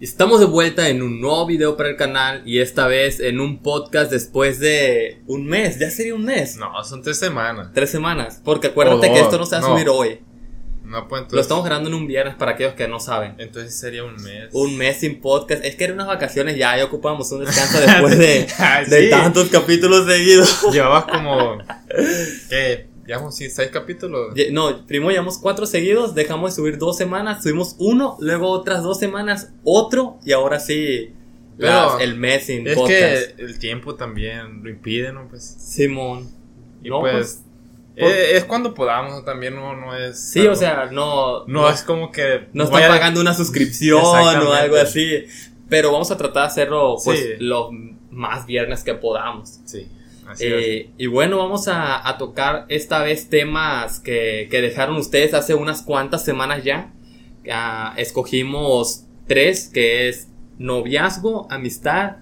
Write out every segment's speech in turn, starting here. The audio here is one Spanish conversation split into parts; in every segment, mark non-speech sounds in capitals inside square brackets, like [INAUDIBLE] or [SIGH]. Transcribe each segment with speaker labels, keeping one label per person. Speaker 1: Estamos de vuelta en un nuevo video para el canal y esta vez en un podcast después de un mes, ya sería un mes,
Speaker 2: No, son tres semanas.
Speaker 1: tres semanas, porque acuérdate
Speaker 2: O
Speaker 1: que
Speaker 2: dos,
Speaker 1: esto no se va a
Speaker 2: Oh, no.
Speaker 1: subir hoy,
Speaker 2: No, pues entonces.
Speaker 1: lo estamos grabando en un viernes para aquellos que no saben.
Speaker 2: Entonces sería un mes. [LAUGHS]
Speaker 1: Un mes sin podcast, es que eran unas vacaciones ya y ocupamos un descanso después
Speaker 2: [LAUGHS]
Speaker 1: de, de
Speaker 2: Ah, Sí.
Speaker 1: tantos capítulos seguidos.
Speaker 2: Llevabas como.
Speaker 1: [LAUGHS]
Speaker 2: ¿Qué? Llevamos sí, seis capítulos.
Speaker 1: Ye- No, primero llevamos cuatro seguidos, dejamos de subir dos semanas, subimos uno, luego otras dos semanas, otro y ahora sí las-
Speaker 2: Pero
Speaker 1: el mes sin
Speaker 2: es
Speaker 1: podcast.
Speaker 2: que el tiempo también lo impide, ¿no? Pues.
Speaker 1: Simón.
Speaker 2: Y
Speaker 1: No,
Speaker 2: pues.
Speaker 1: pues,
Speaker 2: eh, es, cuando podamos, ¿no? también no, no es.
Speaker 1: Sí,
Speaker 2: algo-
Speaker 1: o sea, no.
Speaker 2: No, es como que.
Speaker 1: no
Speaker 2: voy
Speaker 1: está
Speaker 2: a-
Speaker 1: pagando una suscripción o
Speaker 2: Exactamente.
Speaker 1: algo así. Pero vamos a tratar de hacerlo pues
Speaker 2: Sí.
Speaker 1: los más viernes que podamos.
Speaker 2: Sí, así es.
Speaker 1: Eh, y bueno, vamos a, a tocar esta vez temas que, que dejaron ustedes hace unas cuantas semanas ya. Ah, escogimos tres, que es noviazgo, amistad,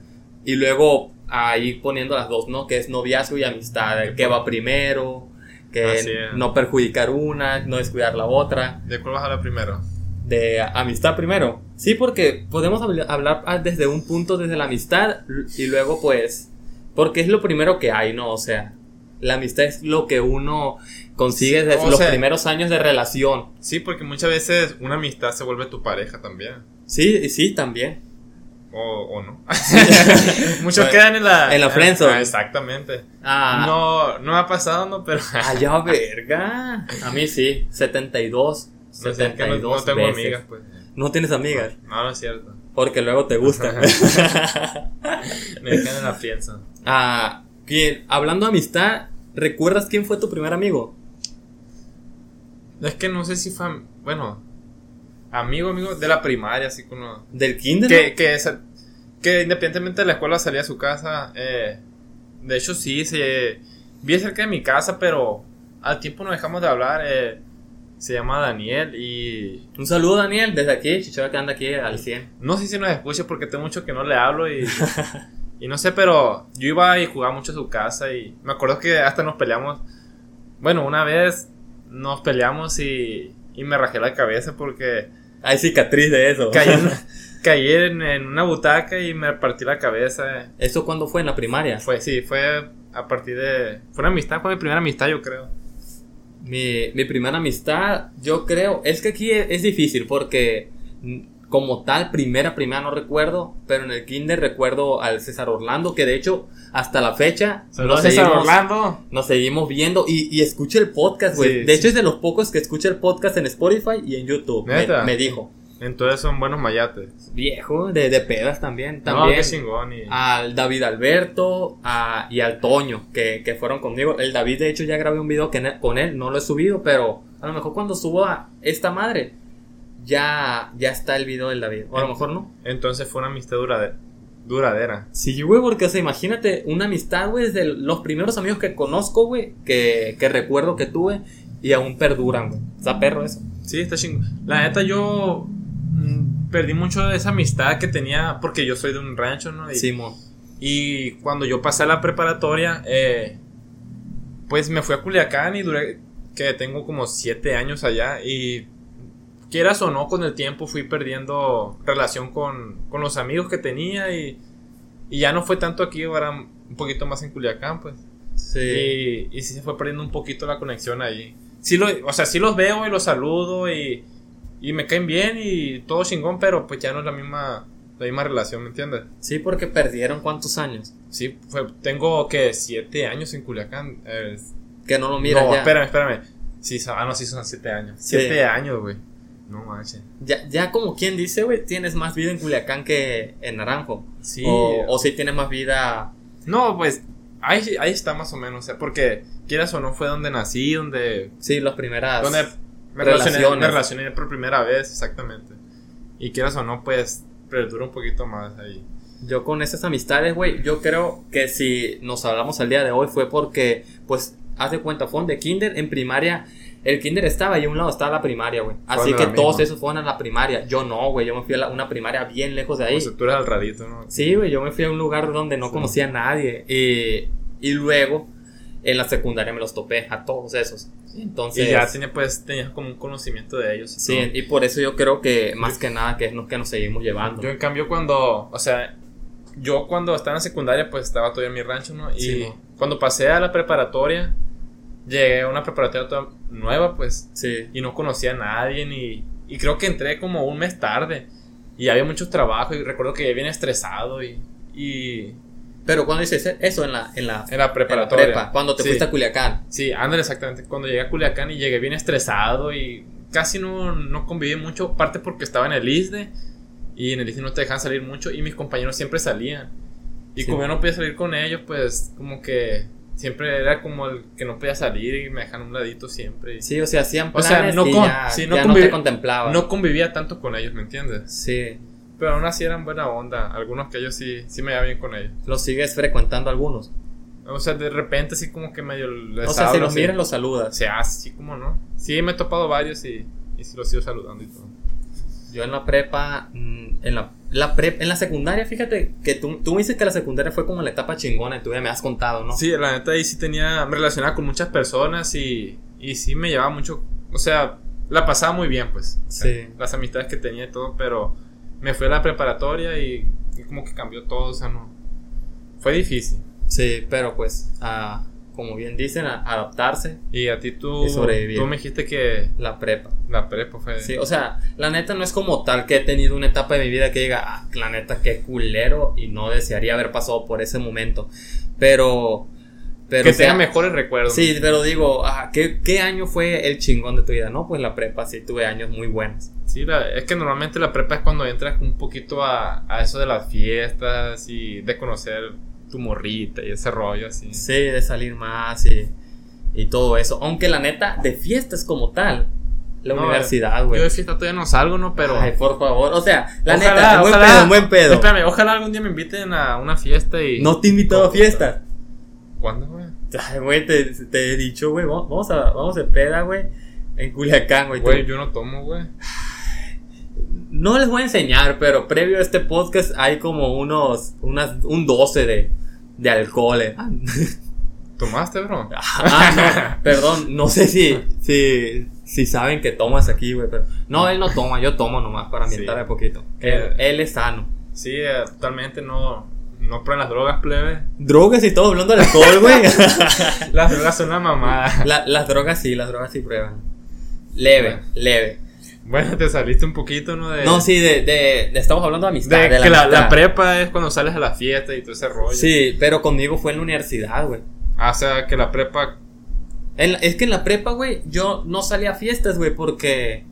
Speaker 1: y luego ahí poniendo las dos, ¿no? Que es noviazgo y amistad, el que va primero,
Speaker 2: Así
Speaker 1: que
Speaker 2: es.
Speaker 1: no perjudicar una, no descuidar la otra.
Speaker 2: ¿De cuál vas a hablar primero?
Speaker 1: De amistad primero. Sí, porque podemos habl- hablar ah, desde un punto, desde la amistad, l- y luego pues, porque es lo primero que hay, ¿no? O sea, la amistad es lo que uno consigue
Speaker 2: Sí,
Speaker 1: desde
Speaker 2: o
Speaker 1: los
Speaker 2: sea-
Speaker 1: primeros años de relación.
Speaker 2: Sí, porque muchas veces una amistad se vuelve tu pareja también.
Speaker 1: Sí, y sí, también.
Speaker 2: O,
Speaker 1: [LAUGHS]
Speaker 2: o no.
Speaker 1: Bueno,
Speaker 2: [LAUGHS] Muchos quedan en la.
Speaker 1: en la friendzone.
Speaker 2: Ah, Exactamente.
Speaker 1: Ah,
Speaker 2: No, no me ha pasado, no, pero. [LAUGHS]
Speaker 1: allá verga. A mí sí, 72.
Speaker 2: No sé, es que no,
Speaker 1: 72
Speaker 2: no tengo
Speaker 1: veces.
Speaker 2: amigas, pues.
Speaker 1: No tienes amigas,
Speaker 2: No, no es cierto.
Speaker 1: porque luego te gustan.
Speaker 2: Me dejan en la fianza.
Speaker 1: [LAUGHS] ah, bien, hablando de amistad, ¿recuerdas quién fue tu primer amigo?
Speaker 2: Es que no sé si fue. am- Bueno, amigo, amigo de la primaria, así que uno.
Speaker 1: ¿Del kinder? no?
Speaker 2: Que, que, esa- que independientemente de la escuela salía a su casa. eh, de hecho, sí, se. Vi cerca de mi casa, pero al tiempo nos dejamos de hablar. eh, se llama Daniel y.
Speaker 1: Un saludo, Daniel, desde aquí, Chichora que anda aquí al 100.
Speaker 2: No sé si nos escucha porque tengo mucho que no le hablo [LAUGHS] y, y no sé, pero yo iba y jugaba mucho a su casa y me acuerdo que hasta nos peleamos. Bueno, una vez nos peleamos y, y me rajé la cabeza porque [LAUGHS]
Speaker 1: Hay cicatriz de eso.
Speaker 2: caí, en, caí en- en una butaca y me partí la cabeza.
Speaker 1: ¿Eso cuándo fue? ¿En la primaria?
Speaker 2: Fue, sí, fue a partir de... Fue una amistad, fue mi primera amistad yo creo.
Speaker 1: Mi, mi primera amistad, yo creo, es que aquí es, es difícil porque mm, como tal, primera, primera no recuerdo, pero en el kinder recuerdo al César Orlando, que de hecho, hasta la fecha,
Speaker 2: Saludos César Orlando.
Speaker 1: nos seguimos viendo y, y escucha el podcast, güey.
Speaker 2: Sí,
Speaker 1: de
Speaker 2: sí.
Speaker 1: hecho, es de los pocos que escucha el podcast en Spotify y en YouTube. Me,
Speaker 2: ¿Neta?
Speaker 1: me dijo.
Speaker 2: Entonces son buenos mayates.
Speaker 1: Viejo, de, de pedas también.
Speaker 2: También. Ah.
Speaker 1: también.
Speaker 2: qué chingón y...
Speaker 1: al David Alberto a- y al Toño que, que fueron conmigo. El David, de hecho, ya grabé un video que ne- con él, no lo he subido, pero a lo mejor cuando suba esta madre, ya, ya está el video del David. O a lo mejor no.
Speaker 2: Entonces fue una amistad durade- duradera.
Speaker 1: Sí, güey, porque, o sea, imagínate una amistad, güey, desde los primeros amigos que conozco, güey, que, que recuerdo que tuve y aún perduran, güey. Está perro eso.
Speaker 2: Sí, está chingón. La neta, yo mm, perdí mucho de esa amistad que tenía, porque yo soy de un rancho, ¿no? Y,
Speaker 1: Simón.
Speaker 2: y cuando yo pasé a la preparatoria, eh, pues me fui a Culiacán y duré, que tengo como siete años allá, y quieras o no, con el tiempo fui perdiendo relación con, con los amigos que tenía y, y ya no fue tanto aquí, ahora un poquito más en Culiacán, pues.
Speaker 1: Sí.
Speaker 2: Y, y sí se fue perdiendo un poquito la conexión ahí. Sí lo, o sea, sí los veo y los saludo y, y me caen bien y todo chingón, pero pues ya no es la misma, la misma relación, ¿me entiendes?
Speaker 1: Sí, porque perdieron cuántos años.
Speaker 2: Sí, fue, tengo que siete años en Culiacán. eh,
Speaker 1: Que no lo miran
Speaker 2: no,
Speaker 1: Oh, ya.
Speaker 2: espérame, espérame. Sí, son- ah, no, sí son siete años.
Speaker 1: Sí.
Speaker 2: Siete años, güey. No manches.
Speaker 1: ya. Ya como quien dice, güey, tienes más vida en Culiacán que en Naranjo.
Speaker 2: Sí. eh.
Speaker 1: O, o si tienes más vida.
Speaker 2: No, pues ahí, ahí está más o menos, o sea, porque quieras o no fue donde nací, donde
Speaker 1: Sí, las primeras.
Speaker 2: Donde me relacioné,
Speaker 1: Relaciones.
Speaker 2: me relacioné por primera vez, exactamente. Y quieras o no, pues perdura un poquito más ahí.
Speaker 1: Yo con esas amistades, güey, yo creo que si nos hablamos al día de hoy fue porque, pues, haz de cuenta, fueron de kinder en primaria. El kinder estaba y a un lado estaba la primaria, güey. Así
Speaker 2: Fueron
Speaker 1: que
Speaker 2: a la
Speaker 1: todos
Speaker 2: misma.
Speaker 1: esos fueron a la primaria. Yo no, güey. Yo me fui a la- una primaria bien lejos de ahí.
Speaker 2: O sea, tú eras el rarito, ¿no?
Speaker 1: Sí, güey, yo me fui a un lugar donde no
Speaker 2: Sí.
Speaker 1: conocía a nadie. Y, y luego, en la secundaria me los topé a todos esos. Entonces,
Speaker 2: Y ya tenía, pues, tenía como un conocimiento de ellos. y
Speaker 1: sí,
Speaker 2: todo.
Speaker 1: y por eso yo creo que más que nada que es lo que nos seguimos llevando.
Speaker 2: Yo en cambio cuando, o sea, yo cuando estaba en la secundaria pues estaba todavía en mi rancho, ¿no? Y
Speaker 1: Sí, mo.
Speaker 2: cuando pasé a la preparatoria, llegué a una preparatoria toda nueva pues
Speaker 1: sí,
Speaker 2: y no conocía a nadie ni, y creo que entré como un mes tarde y había muchos trabajos y recuerdo que llegué bien estresado y, y
Speaker 1: pero cuando dices eso en la, en la,
Speaker 2: en la
Speaker 1: en la
Speaker 2: preparatoria.
Speaker 1: prepa, cuando te
Speaker 2: Sí.
Speaker 1: fuiste a Culiacán.
Speaker 2: Sí, ándale, exactamente. Cuando llegué a Culiacán y llegué bien estresado y casi no, no conviví mucho, parte porque estaba en el ISDE y en el ISDE no te dejan salir mucho y mis compañeros siempre salían. Y
Speaker 1: Sí.
Speaker 2: como yo no podía salir con ellos, pues como que siempre era como el que no podía salir y me dejan a un ladito siempre. y
Speaker 1: Sí, o sea, hacían
Speaker 2: O sea,
Speaker 1: planes
Speaker 2: no
Speaker 1: y
Speaker 2: con-
Speaker 1: ya,
Speaker 2: sí, no
Speaker 1: ya no
Speaker 2: convivi-
Speaker 1: te contemplaban.
Speaker 2: No convivía tanto con ellos, ¿me entiendes?
Speaker 1: Sí,
Speaker 2: Pero aún así eran buena onda. Algunos que ellos sí, sí me iba bien con ellos.
Speaker 1: los sigues frecuentando algunos.
Speaker 2: O sea, de repente así como que medio les
Speaker 1: o sea, si
Speaker 2: hablo,
Speaker 1: los
Speaker 2: así.
Speaker 1: miras, los saludas.
Speaker 2: Se hace, sí, como no. Sí, me he topado varios y, y sí los sigo saludando y todo.
Speaker 1: Yo en la prepa, mm, en la, la prep- en la secundaria, fíjate que tú, tú me dices que la secundaria fue como la etapa chingona y tú ya me has contado, ¿no?
Speaker 2: Sí, la neta ahí sí tenía, me relacionaba con muchas personas y, y sí me llevaba mucho, o sea, la pasaba muy bien pues. O sea,
Speaker 1: Sí.
Speaker 2: Las amistades que tenía y todo, pero me fui a la preparatoria y, y como que cambió todo, o sea, no. Fue difícil.
Speaker 1: Sí, pero pues, ah, como bien dicen, a- adaptarse
Speaker 2: Y a ti tú,
Speaker 1: Y sobrevivir.
Speaker 2: tú me dijiste que
Speaker 1: la prepa.
Speaker 2: la prepa fue...
Speaker 1: Sí, o sea, la neta no es como tal que he tenido una etapa de mi vida que diga, ah, la neta qué culero y no desearía haber pasado por ese momento. Pero, pero
Speaker 2: que
Speaker 1: o sea,
Speaker 2: tenga mejores recuerdos.
Speaker 1: Sí, pero digo, ah, ¿qué, ¿qué año fue el chingón de tu vida? No, pues la prepa sí tuve años muy buenos.
Speaker 2: Sí, la- es que normalmente la prepa es cuando entras un poquito a, a eso de las fiestas y de conocer tu morrita y ese rollo así.
Speaker 1: Sí, de salir más y, y todo eso. Aunque la neta, de fiestas como tal, la
Speaker 2: No,
Speaker 1: universidad,
Speaker 2: Yo
Speaker 1: güey.
Speaker 2: de fiesta todavía no salgo, ¿no? Pero...
Speaker 1: Ay, por favor. O sea, la
Speaker 2: Ojalá,
Speaker 1: neta, buen
Speaker 2: ojalá.
Speaker 1: pedo, buen pedo.
Speaker 2: Espérame, ojalá algún día me inviten a una fiesta y...
Speaker 1: No te he invitado a
Speaker 2: Ojalá.
Speaker 1: fiestas.
Speaker 2: ¿Cuándo, güey?
Speaker 1: Ay, güey, te, te he dicho, güey, vamos vamos a, vamos de peda, güey. En Culiacán, güey.
Speaker 2: Güey,
Speaker 1: Tú-
Speaker 2: yo no tomo, güey.
Speaker 1: No les voy a enseñar, pero previo a este podcast hay como unos, unas, un 12 de, de alcohol. eh. Ah,
Speaker 2: ¿Tomaste, bro?
Speaker 1: Ah, no, perdón, no sé si, si, si saben que tomas aquí, güey, pero... No, él no toma, yo tomo nomás para ambientar
Speaker 2: Sí. Eh.
Speaker 1: de poquito. Él, él es sano.
Speaker 2: Sí, eh, totalmente no... No prueben las drogas, plebe.
Speaker 1: Drogas y todo, hablando de alcohol,
Speaker 2: [LAUGHS]
Speaker 1: güey.
Speaker 2: Las drogas son una mamada. [LAUGHS]
Speaker 1: La- las drogas sí, las drogas sí prueban. Leve,
Speaker 2: Bueno.
Speaker 1: leve.
Speaker 2: Bueno, te saliste un poquito, ¿no? De,
Speaker 1: No, sí, de, de- de- estamos hablando de amistad.
Speaker 2: de
Speaker 1: de
Speaker 2: que la, la
Speaker 1: amistad.
Speaker 2: prepa es cuando sales a la fiesta y todo ese rollo.
Speaker 1: Sí, pero conmigo fue en la universidad, güey.
Speaker 2: Ah, o sea, que la prepa...
Speaker 1: En la- es que en la prepa, güey, yo no salía a fiestas, güey, porque...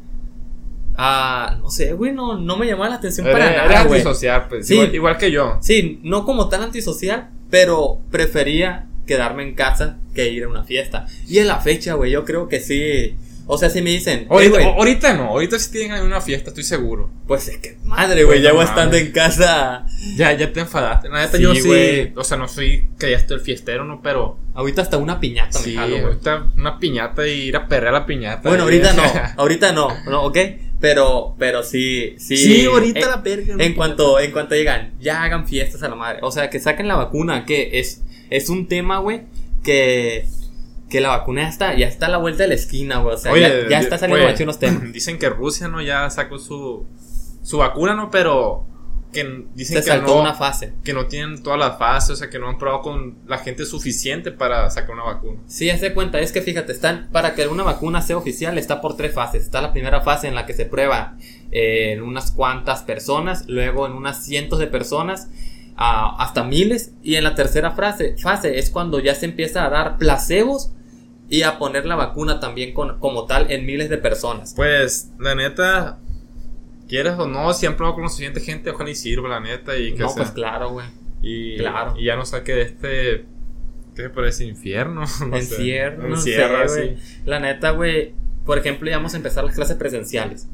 Speaker 1: Ah, no sé, güey, no, no me llamaba la atención para
Speaker 2: Era, era
Speaker 1: nada, güey.
Speaker 2: antisocial, pues.
Speaker 1: Sí.
Speaker 2: Igual, igual que yo.
Speaker 1: Sí, no como tan antisocial, pero prefería quedarme en casa que ir a una fiesta. Y en la fecha, güey, yo creo que sí. O sea, si me dicen, "Ey,
Speaker 2: Ahorita,
Speaker 1: güey,
Speaker 2: ahorita no, ahorita sí tienen una fiesta, estoy seguro.
Speaker 1: pues es que madre, güey,
Speaker 2: Pues no
Speaker 1: llevo estando
Speaker 2: mames.
Speaker 1: en casa.
Speaker 2: Ya, ya te enfadaste. La neta,
Speaker 1: Sí,
Speaker 2: yo sí.
Speaker 1: güey.
Speaker 2: O sea, no soy que ya estoy el fiestero, no, pero.
Speaker 1: Ahorita hasta una piñata me
Speaker 2: Sí,
Speaker 1: jalo, güey.
Speaker 2: ahorita una piñata y ir a perrear la piñata.
Speaker 1: Bueno,
Speaker 2: Y-
Speaker 1: ahorita
Speaker 2: [LAUGHS]
Speaker 1: no, ahorita no, no, ¿ok? Pero, pero sí, sí. Eh,
Speaker 2: Sí, ahorita
Speaker 1: en,
Speaker 2: la perga.
Speaker 1: en cuanto, en cuanto llegan, ya hagan fiestas a la madre. O sea, que saquen la vacuna, que es, es un tema, güey, que, que la vacuna ya está, ya está a la vuelta de la esquina, güey. O sea, ya, ya está saliendo este
Speaker 2: güey,
Speaker 1: macho unos
Speaker 2: [LAUGHS]
Speaker 1: temas.
Speaker 2: pues, Dicen que Rusia, ¿no? Ya sacó su, su vacuna, ¿no? Pero. Que n- dicen
Speaker 1: Se
Speaker 2: que
Speaker 1: saltó
Speaker 2: no,
Speaker 1: una fase.
Speaker 2: que no tienen todas las fases, o sea, que no han probado con la gente suficiente para sacar una vacuna.
Speaker 1: Sí, hace cuenta, es que fíjate, están, para que una vacuna sea oficial está por tres fases. Está la primera fase en la que se prueba eh, en unas cuantas personas, luego en unas cientos de personas, ah, hasta miles. Y en la tercera frase, fase es cuando ya se empieza a dar placebos y a poner la vacuna también con- como tal en miles de personas.
Speaker 2: Pues, la neta. Quieres o no, si han probado con suficiente gente, ojalá y sirva, la neta. Y que
Speaker 1: No,
Speaker 2: sea-
Speaker 1: pues claro, güey.
Speaker 2: Y,
Speaker 1: Claro.
Speaker 2: y ya no saqué de este. ¿Qué se parece? Infierno. [LAUGHS] No sé.
Speaker 1: Encierro, no sé,
Speaker 2: Encierro, sí.
Speaker 1: güey. La neta, güey, por ejemplo, ya vamos a empezar las clases presenciales.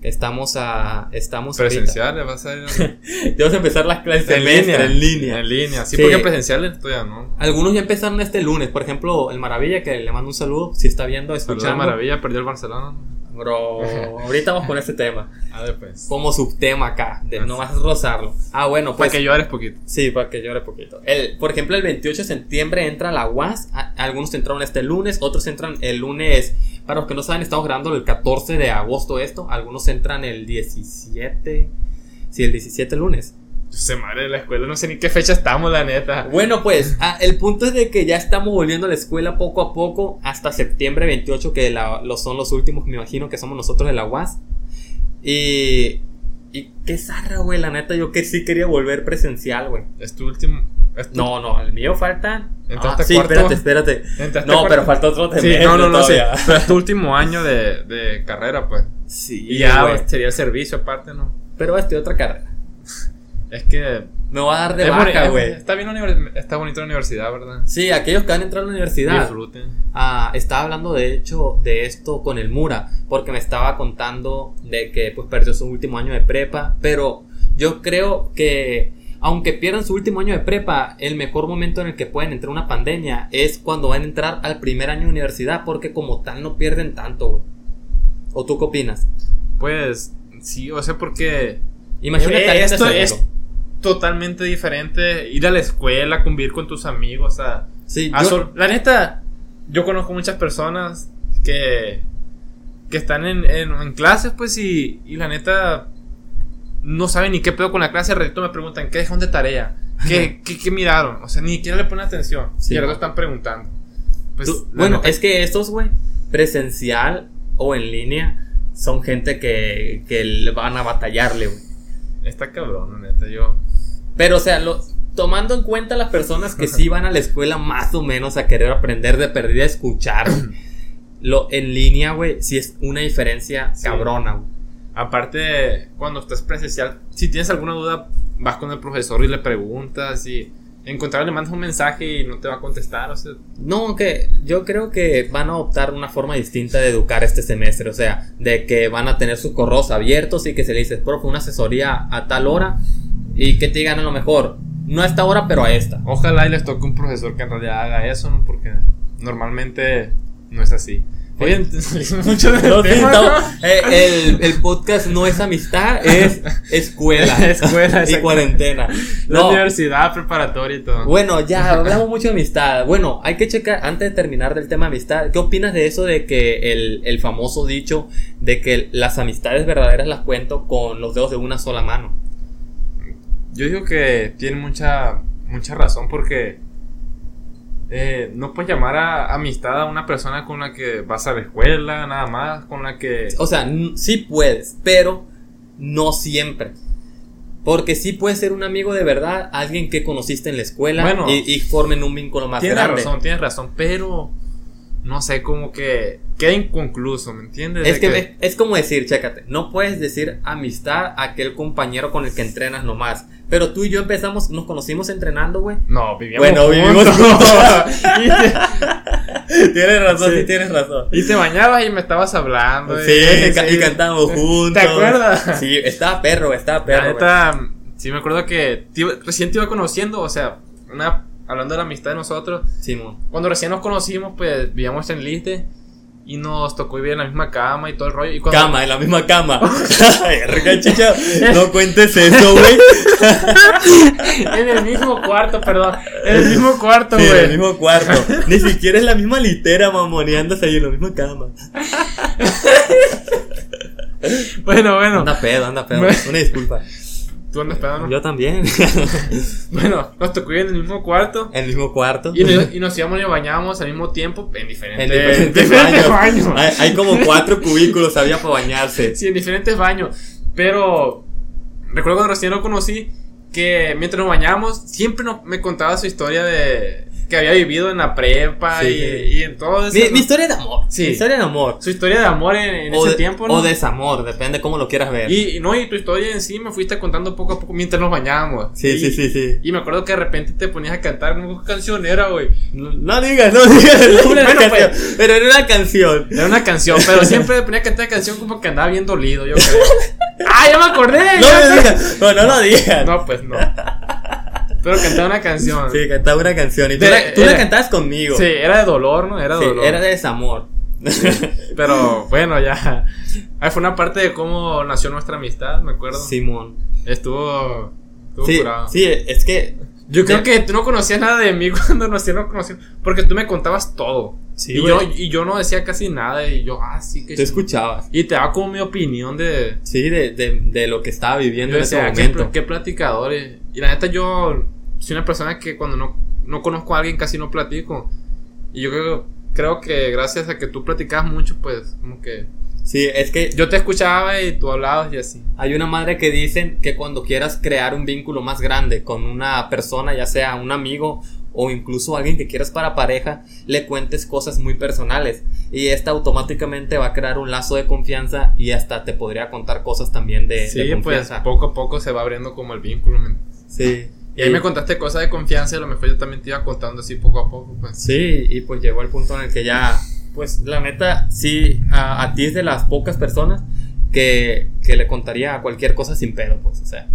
Speaker 1: Estamos a... Estamos ahorita-
Speaker 2: Presenciales, Pues, va a ser. en
Speaker 1: Ya vamos a empezar las clases
Speaker 2: en
Speaker 1: [LAUGHS]
Speaker 2: línea.
Speaker 1: en línea.
Speaker 2: En línea. Sí,
Speaker 1: Sí.
Speaker 2: porque presenciales todavía no.
Speaker 1: Algunos ya empezaron este lunes, por ejemplo, el Maravilla, que le mando un saludo, si está viendo,
Speaker 2: Saludos a
Speaker 1: escuchando.
Speaker 2: Maravilla, perdió el Barcelona.
Speaker 1: bro. Ahorita vamos con este tema.
Speaker 2: A ver, pues.
Speaker 1: Como subtema acá, de nomás rozarlo. Ah, bueno,
Speaker 2: Para
Speaker 1: pues.
Speaker 2: que llores poquito.
Speaker 1: Sí, para que llore poquito. El, por ejemplo, el 28 de septiembre entra la UAS. A- algunos entraron este lunes, otros entran el lunes. Para los que no saben, estamos grabando el 14 de agosto esto. Algunos entran el 17. Sí, el 17 lunes.
Speaker 2: Se madre de la escuela, no sé ni qué fecha estamos, la neta.
Speaker 1: Bueno, pues ah, el punto es de que ya estamos volviendo a la escuela poco a poco hasta septiembre 28, que la- los son los últimos, me imagino, que somos nosotros de la UAS. Y, y qué zarra, güey, la neta, yo que sí quería volver presencial, güey.
Speaker 2: Es tu último. es tu-
Speaker 1: No, no, el mío falta.
Speaker 2: Entraste
Speaker 1: Ah, sí,
Speaker 2: cuarto.
Speaker 1: espérate, espérate.
Speaker 2: Entraste
Speaker 1: No,
Speaker 2: por-
Speaker 1: pero falta otro
Speaker 2: Sí,
Speaker 1: semestre
Speaker 2: no, no, no, sí.
Speaker 1: todavía.
Speaker 2: Pero es tu último año de, de carrera, pues.
Speaker 1: Sí,
Speaker 2: Y ya pues,
Speaker 1: güey.
Speaker 2: sería el servicio aparte, ¿no?
Speaker 1: Pero este otra carrera.
Speaker 2: Es que.
Speaker 1: Me va a dar de
Speaker 2: es boni-
Speaker 1: baja,
Speaker 2: es-
Speaker 1: güey.
Speaker 2: Está, bien la univers- está bonita la universidad, ¿verdad?
Speaker 1: Sí, aquellos que van a entrar a la universidad.
Speaker 2: Disfruten.
Speaker 1: Ah, estaba hablando de hecho de esto con el Mura, porque me estaba contando de que pues perdió su último año de prepa, pero yo creo que aunque pierdan su último año de prepa, el mejor momento en el que pueden entrar a una pandemia es cuando van a entrar al primer año de universidad, porque como tal no pierden tanto, güey. ¿O tú qué opinas?
Speaker 2: Pues, sí, o sea, porque.
Speaker 1: Imagínate
Speaker 2: Eh,
Speaker 1: a alguien de
Speaker 2: esto
Speaker 1: segundo.
Speaker 2: es totalmente diferente. Ir a la escuela, convivir con tus amigos, o sea.
Speaker 1: Sí,
Speaker 2: Ah,
Speaker 1: yo-
Speaker 2: sol- la neta, yo conozco muchas personas que, que están en, en- en clases, pues, y, y la neta no saben ni qué pedo con la clase. Al ratito me preguntan, ¿qué dejaron de tarea? ¿Qué, qué, qué miraron? O sea, ni siquiera le ponen atención.
Speaker 1: Sí.
Speaker 2: y al rato están preguntando. Pues,
Speaker 1: Tú-
Speaker 2: la
Speaker 1: bueno,
Speaker 2: neta,
Speaker 1: es que estos, güey, presencial o en línea, son gente que, que le van a batallarle, güey.
Speaker 2: está cabrón, la neta. Yo,
Speaker 1: Pero, o sea, lo- tomando en cuenta las personas que sí van a la escuela más o menos a querer aprender de perdida a escuchar, lo en línea, güey, sí es una diferencia
Speaker 2: Sí.
Speaker 1: cabrona, güey.
Speaker 2: aparte, cuando estás presencial, si tienes alguna duda, vas con el profesor y le preguntas y. Encontrar le mandas un mensaje y no te va a contestar, o sea,
Speaker 1: No, que yo creo que van a adoptar una forma distinta de educar este semestre, o sea, de que van a tener sus correos abiertos y que se le dice, profe, una asesoría a tal hora y que te digan a lo mejor, no a esta hora, pero a esta.
Speaker 2: Ojalá y les toque un profesor que en realidad haga eso, ¿no? Porque normalmente no es así. Oye, [LAUGHS] salimos mucho de
Speaker 1: No, sí, [LAUGHS] estamos- eh, el, el podcast no es amistad, es escuela
Speaker 2: [LAUGHS] escuela,
Speaker 1: y
Speaker 2: exacto.
Speaker 1: cuarentena.
Speaker 2: La
Speaker 1: No,
Speaker 2: universidad, preparatoria y todo.
Speaker 1: bueno, ya hablamos mucho de amistad. Bueno, hay que checar, antes de terminar del tema amistad, ¿qué opinas de eso de que el, el famoso dicho de que las amistades verdaderas las cuento con los dedos de una sola mano?
Speaker 2: Yo digo que tiene mucha, mucha razón porque eh, no puedes llamar a amistad a una persona con la que vas a la escuela, nada más, con la que...
Speaker 1: O sea, n- sí puedes, pero no siempre. Porque sí puedes ser un amigo de verdad, alguien que conociste en la escuela
Speaker 2: Bueno.
Speaker 1: y, y formen un vínculo más
Speaker 2: Tienes
Speaker 1: grande.
Speaker 2: razón, tienes razón, pero no sé, como que queda inconcluso, ¿me entiendes?
Speaker 1: Es,
Speaker 2: De
Speaker 1: que, ve- es como decir, chécate, no puedes decir amistad a aquel compañero con el que entrenas nomás. Pero tú y yo empezamos, nos conocimos entrenando,
Speaker 2: [LAUGHS]
Speaker 1: güey.
Speaker 2: No, vivíamos
Speaker 1: Bueno, vivimos
Speaker 2: y, [LAUGHS]
Speaker 1: [LAUGHS]
Speaker 2: te,
Speaker 1: tienes
Speaker 2: razón, sí
Speaker 1: tienes razón.
Speaker 2: y te bañabas y me estabas hablando.
Speaker 1: Sí, y, ca- y cantamos juntos.
Speaker 2: ¿Te acuerdas?
Speaker 1: Sí, estaba perro, estaba
Speaker 2: La
Speaker 1: perro. güey.
Speaker 2: neta, sí me acuerdo que te iba- recién te iba conociendo, o sea, una- hablando de la amistad de nosotros,
Speaker 1: Simón.
Speaker 2: cuando recién nos conocimos, pues vivíamos en Liste y nos tocó vivir en la misma cama y todo el rollo. Y cuando,
Speaker 1: Cama, en la misma cama. [LAUGHS] Verga, chicha, no cuentes
Speaker 2: [LAUGHS]
Speaker 1: eso, güey.
Speaker 2: [LAUGHS] En el mismo cuarto, perdón. En el mismo cuarto,
Speaker 1: Sí, en el
Speaker 2: güey.
Speaker 1: mismo cuarto. Ni siquiera es la misma litera, mamoneándose ahí en la misma cama.
Speaker 2: bueno, bueno.
Speaker 1: Anda pedo, anda
Speaker 2: [LAUGHS]
Speaker 1: pedo.
Speaker 2: Bueno.
Speaker 1: Una disculpa.
Speaker 2: Tú andas pedo, ¿no?
Speaker 1: Yo también. [LAUGHS]
Speaker 2: Bueno, nos tocó vivir en el mismo cuarto.
Speaker 1: En el mismo cuarto. [LAUGHS]
Speaker 2: Y nos, y nos íbamos y bañábamos al mismo tiempo [LAUGHS] en diferentes,
Speaker 1: En [LAUGHS] diferentes
Speaker 2: diferentes
Speaker 1: baños.
Speaker 2: baños.
Speaker 1: Hay, hay como cuatro cubículos había para bañarse.
Speaker 2: Sí, en diferentes baños. Pero recuerdo cuando recién lo conocí que mientras nos bañábamos siempre nos- me contaba su historia de que había vivido en la prepa
Speaker 1: Sí.
Speaker 2: y, y en todo eso.
Speaker 1: Mi,
Speaker 2: ¿no?
Speaker 1: mi historia de amor.
Speaker 2: Sí.
Speaker 1: Mi historia de amor.
Speaker 2: Su historia de amor en, en
Speaker 1: o
Speaker 2: ese
Speaker 1: de-
Speaker 2: tiempo, ¿no?
Speaker 1: O desamor, depende cómo lo quieras ver.
Speaker 2: y, y no, y tu historia en sí me fuiste contando poco a poco mientras nos bañábamos.
Speaker 1: sí,
Speaker 2: Y-
Speaker 1: sí, sí, sí.
Speaker 2: Y me acuerdo que de repente te ponías a cantar una cancionera, güey.
Speaker 1: No, no digas, no digas. [LAUGHS] era una
Speaker 2: Bueno,
Speaker 1: canción,
Speaker 2: pues.
Speaker 1: Pero era una canción.
Speaker 2: Era una canción,
Speaker 1: [LAUGHS]
Speaker 2: pero siempre me ponía a cantar la canción como que andaba bien dolido, yo creo.
Speaker 1: [LAUGHS]
Speaker 2: ¡Ah, ya me acordé!
Speaker 1: No
Speaker 2: ya sé.
Speaker 1: me digas. No, no lo digas.
Speaker 2: No, pues no. Pero cantaba una canción.
Speaker 1: Sí, cantaba una canción. Y tú,
Speaker 2: Era-
Speaker 1: la, tú la
Speaker 2: era-
Speaker 1: cantabas conmigo.
Speaker 2: Sí, era de dolor, ¿no? Era de
Speaker 1: Sí,
Speaker 2: dolor.
Speaker 1: era de desamor.
Speaker 2: Pero bueno, ya. Ahí fue una parte de cómo nació nuestra amistad, me acuerdo.
Speaker 1: Simón.
Speaker 2: Estuvo. Estuvo
Speaker 1: Sí,
Speaker 2: curado.
Speaker 1: sí, es que.
Speaker 2: Yo creo
Speaker 1: de-
Speaker 2: que tú no conocías nada de mí [LAUGHS] cuando nos no conociendo. Porque tú me contabas todo.
Speaker 1: Sí,
Speaker 2: y,
Speaker 1: güey.
Speaker 2: yo, y yo no decía casi nada. Y yo, ah, sí que.
Speaker 1: Tú
Speaker 2: sí.
Speaker 1: escuchabas.
Speaker 2: Y te daba como mi opinión de.
Speaker 1: Sí, de, de, de lo que estaba viviendo
Speaker 2: Yo
Speaker 1: en ese
Speaker 2: decía, "Ah, qué,
Speaker 1: momento.
Speaker 2: pl- qué platicadores. Y la neta, yo soy una persona que cuando no, no conozco a alguien casi no platico. Y yo creo, creo que gracias a que tú platicabas mucho, pues, como que.
Speaker 1: Sí, es que
Speaker 2: Yo te escuchaba y tú hablabas y así.
Speaker 1: Hay una madre que dicen que cuando quieras crear un vínculo más grande con una persona, ya sea un amigo o incluso alguien que quieras para pareja, le cuentes cosas muy personales y esta automáticamente va a crear un lazo de confianza y hasta te podría contar cosas también Eh, de,
Speaker 2: Sí,
Speaker 1: de
Speaker 2: pues
Speaker 1: confianza.
Speaker 2: poco a poco se va abriendo como el vínculo. men.
Speaker 1: sí.
Speaker 2: Y ahí me contaste cosas de confianza y a lo mejor yo también te iba contando así poco a poco. Pues.
Speaker 1: Sí, y pues llegó el punto en el que ya, pues la neta, sí, a, a ti es de las pocas personas que, que le contaría cualquier cosa sin pedo, pues, o sea.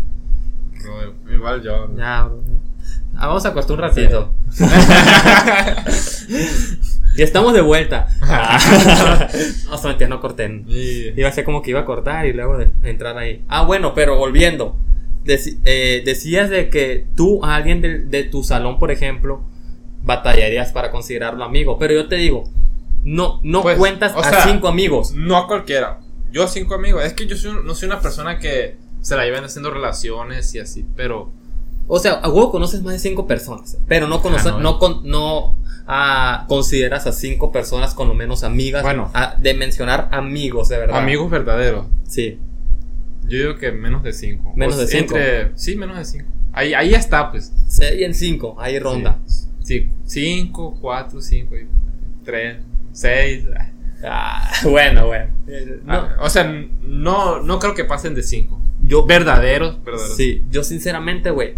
Speaker 2: No, eh, igual yo.
Speaker 1: Ya, bro. Ah, vamos a acostar un [LAUGHS] ratito. y estamos de [LAUGHS] vuelta. no, se mentira, no corten.
Speaker 2: Y-
Speaker 1: Iba a ser como que iba a cortar y luego de, entrar ahí. Ah, bueno, pero volviendo. Deci- eh, decías de que tú a alguien de, de tu salón, por ejemplo, batallarías para considerarlo amigo. Pero yo te digo, no, no
Speaker 2: Pues,
Speaker 1: cuentas
Speaker 2: o
Speaker 1: a
Speaker 2: sea,
Speaker 1: cinco amigos.
Speaker 2: No a cualquiera. Yo a cinco amigos. Es que yo soy un- no soy una persona que se la llevan haciendo relaciones y así, pero
Speaker 1: O sea, a huevo conoces más de cinco personas, pero no conoces,
Speaker 2: Ah, no.
Speaker 1: no, con- no, ah, consideras a cinco personas con lo menos amigas.
Speaker 2: Bueno.
Speaker 1: Ah, de mencionar amigos, de verdad.
Speaker 2: amigos verdaderos.
Speaker 1: Sí.
Speaker 2: Yo digo que menos de cinco.
Speaker 1: Menos de cinco.
Speaker 2: Entre, sí, menos de cinco. Ahí, ahí está, pues.
Speaker 1: Sí, en cinco, ahí ronda.
Speaker 2: Sí, cinco, cuatro, cinco, y- tres, seis. ah.
Speaker 1: Ah, [LAUGHS] bueno, bueno. No,
Speaker 2: Ah, o sea, no, no creo que pasen de cinco.
Speaker 1: yo,
Speaker 2: Verdaderos, verdaderos.
Speaker 1: sí, yo sinceramente, güey,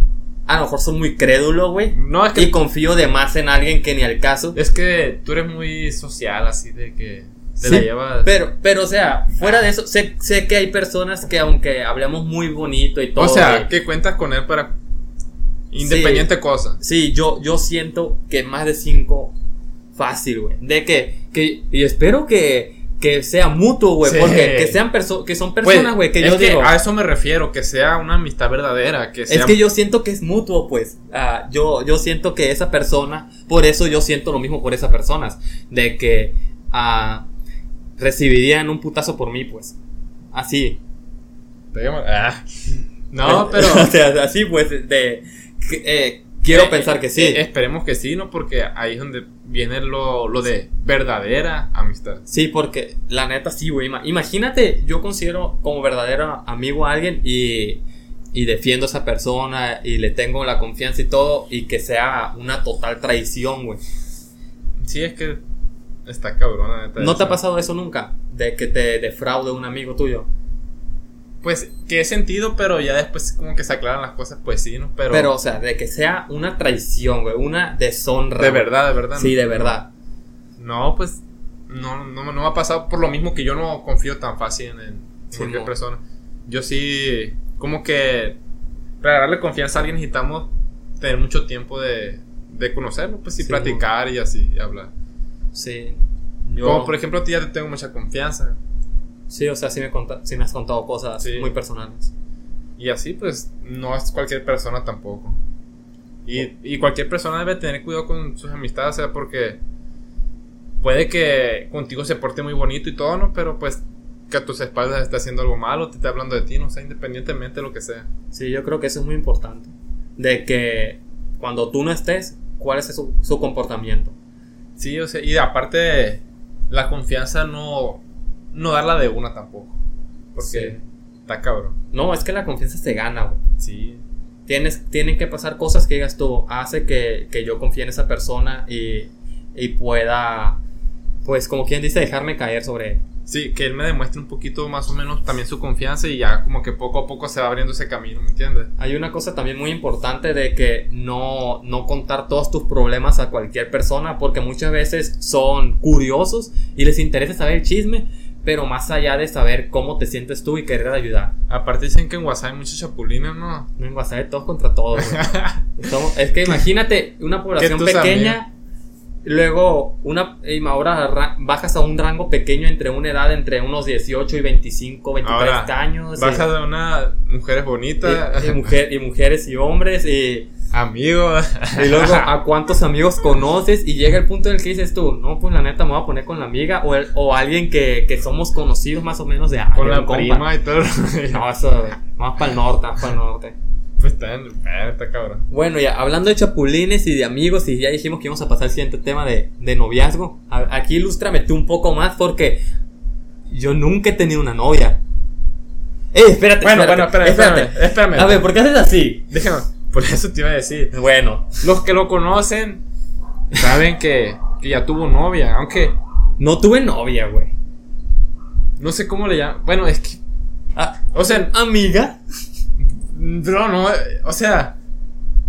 Speaker 1: a lo mejor soy muy crédulo, güey,
Speaker 2: No, es que
Speaker 1: y confío de más en alguien que ni al caso.
Speaker 2: Es que tú eres muy social, así de que te
Speaker 1: Sí,
Speaker 2: la llevas.
Speaker 1: Pero, pero, o sea, fuera de eso, sé, sé que hay personas que aunque hablemos muy bonito y todo,
Speaker 2: o sea,
Speaker 1: güey,
Speaker 2: que cuentas con él para independiente cosa.
Speaker 1: Sí, yo, yo siento que más de cinco fácil, güey. De que, que, y espero que, que sea mutuo, güey.
Speaker 2: Sí.
Speaker 1: Porque que sean perso que son personas, güey,
Speaker 2: Pues,
Speaker 1: que
Speaker 2: es
Speaker 1: yo digo.
Speaker 2: a eso me refiero, que sea una amistad verdadera, que sea
Speaker 1: es que yo siento que es mutuo, pues. Ah, yo, yo siento que esa persona, por eso yo siento lo mismo por esas personas. De que ah, recibirían un putazo por mí, pues. Así.
Speaker 2: Te llamo- Ah. No,
Speaker 1: Es- [LAUGHS]
Speaker 2: pero
Speaker 1: o sea, así, pues, de. que, eh, quiero
Speaker 2: eh,
Speaker 1: pensar que sí.
Speaker 2: eh, esperemos que sí, no porque ahí es donde viene lo, lo de verdadera amistad.
Speaker 1: Sí, porque la neta sí, güey. Ima- Imagínate, yo considero como verdadero amigo a alguien y, y defiendo a esa persona y le tengo la confianza y todo y que sea una total traición, güey.
Speaker 2: Sí, es que está cabrona. neta,
Speaker 1: ¿No te
Speaker 2: eso.
Speaker 1: ha pasado eso nunca? De que te defraude un amigo tuyo.
Speaker 2: Pues que he sentido, pero ya después como que se aclaran las cosas, pues sí, ¿no? Pero,
Speaker 1: Pero, o sea, de que sea una traición, güey. Una deshonra.
Speaker 2: de
Speaker 1: güey.
Speaker 2: verdad, de verdad.
Speaker 1: Sí, de
Speaker 2: no.
Speaker 1: verdad.
Speaker 2: No, pues no, no, no me ha pasado por lo mismo que yo no confío tan fácil en, en
Speaker 1: Sí,
Speaker 2: cualquier
Speaker 1: no.
Speaker 2: persona. Yo sí, como que para darle confianza a alguien necesitamos tener mucho tiempo de, de conocerlo, pues y
Speaker 1: Sí,
Speaker 2: platicar y así y hablar.
Speaker 1: Sí. Yo,
Speaker 2: Como por ejemplo a ti ya te tengo mucha confianza
Speaker 1: sí, o sea, sí me, conta- sí me has contado cosas
Speaker 2: Sí.
Speaker 1: muy personales.
Speaker 2: y así pues no es cualquier persona tampoco. Y, y cualquier persona debe tener cuidado con sus amistades, o sea, porque puede que contigo se porte muy bonito y todo, ¿no? Pero pues que a tus espaldas está haciendo algo malo, te está hablando de ti, no sé, independientemente de lo que sea.
Speaker 1: Sí, yo creo que eso es muy importante. De que cuando tú no estés, ¿cuál es su, su comportamiento?
Speaker 2: Sí, o sea, y aparte la confianza no, no darla de una tampoco, porque está cabrón.
Speaker 1: No, es que la confianza se gana, güey.
Speaker 2: Sí.
Speaker 1: Tienes, tienen que pasar cosas que digas tú, hace que, que yo confíe en esa persona y, y pueda, pues como quien dice, dejarme caer sobre él.
Speaker 2: Sí, que él me demuestre un poquito más o menos también su confianza y ya como que poco a poco se va abriendo ese camino, ¿me entiendes?
Speaker 1: Hay una cosa también muy importante de que no, no contar todos tus problemas a cualquier persona porque muchas veces son curiosos y les interesa saber el chisme, pero más allá de saber cómo te sientes tú y querer ayudar.
Speaker 2: Aparte dicen que en WhatsApp hay muchos chapulines, ¿no?
Speaker 1: No, en
Speaker 2: [LAUGHS]
Speaker 1: WhatsApp es todos contra todos. güey. Somos- es que imagínate una población
Speaker 2: tus
Speaker 1: pequeña Luego, una, eh, ahora ra- bajas a un rango pequeño entre una edad entre unos 18 y 25, 23
Speaker 2: Ahora,
Speaker 1: años. eh,
Speaker 2: Bajas de una mujer bonita,
Speaker 1: y, y mujer, y mujeres y hombres. Y,
Speaker 2: amigos.
Speaker 1: y luego,
Speaker 2: [LAUGHS]
Speaker 1: ¿a cuántos amigos conoces? Y llega el punto en el que dices tú, no, pues la neta me voy a poner con la amiga o, el- o alguien que, que somos conocidos más o menos de ah,
Speaker 2: Con
Speaker 1: de
Speaker 2: la
Speaker 1: un compa".
Speaker 2: prima y todo. [LAUGHS]
Speaker 1: No, eso, más para el norte, más para el norte.
Speaker 2: Pues está en está cabrón.
Speaker 1: Bueno, ya hablando de chapulines y de amigos, y ya dijimos que íbamos a pasar al siguiente tema de, de noviazgo. a- aquí ilústrame tú un poco más porque yo nunca he tenido una novia. ¡Eh, espérate!
Speaker 2: Bueno,
Speaker 1: espérate,
Speaker 2: bueno, espérame, espérame, espérame.
Speaker 1: A ver, ¿por qué haces así?
Speaker 2: Déjame, por eso te iba a decir.
Speaker 1: Bueno,
Speaker 2: Los que lo conocen saben que, que ya tuvo novia, aunque
Speaker 1: no tuve novia, güey.
Speaker 2: no sé cómo le llaman. Bueno, es que,
Speaker 1: Ah,
Speaker 2: o sea,
Speaker 1: ¿Amiga?
Speaker 2: no, no, eh, o sea,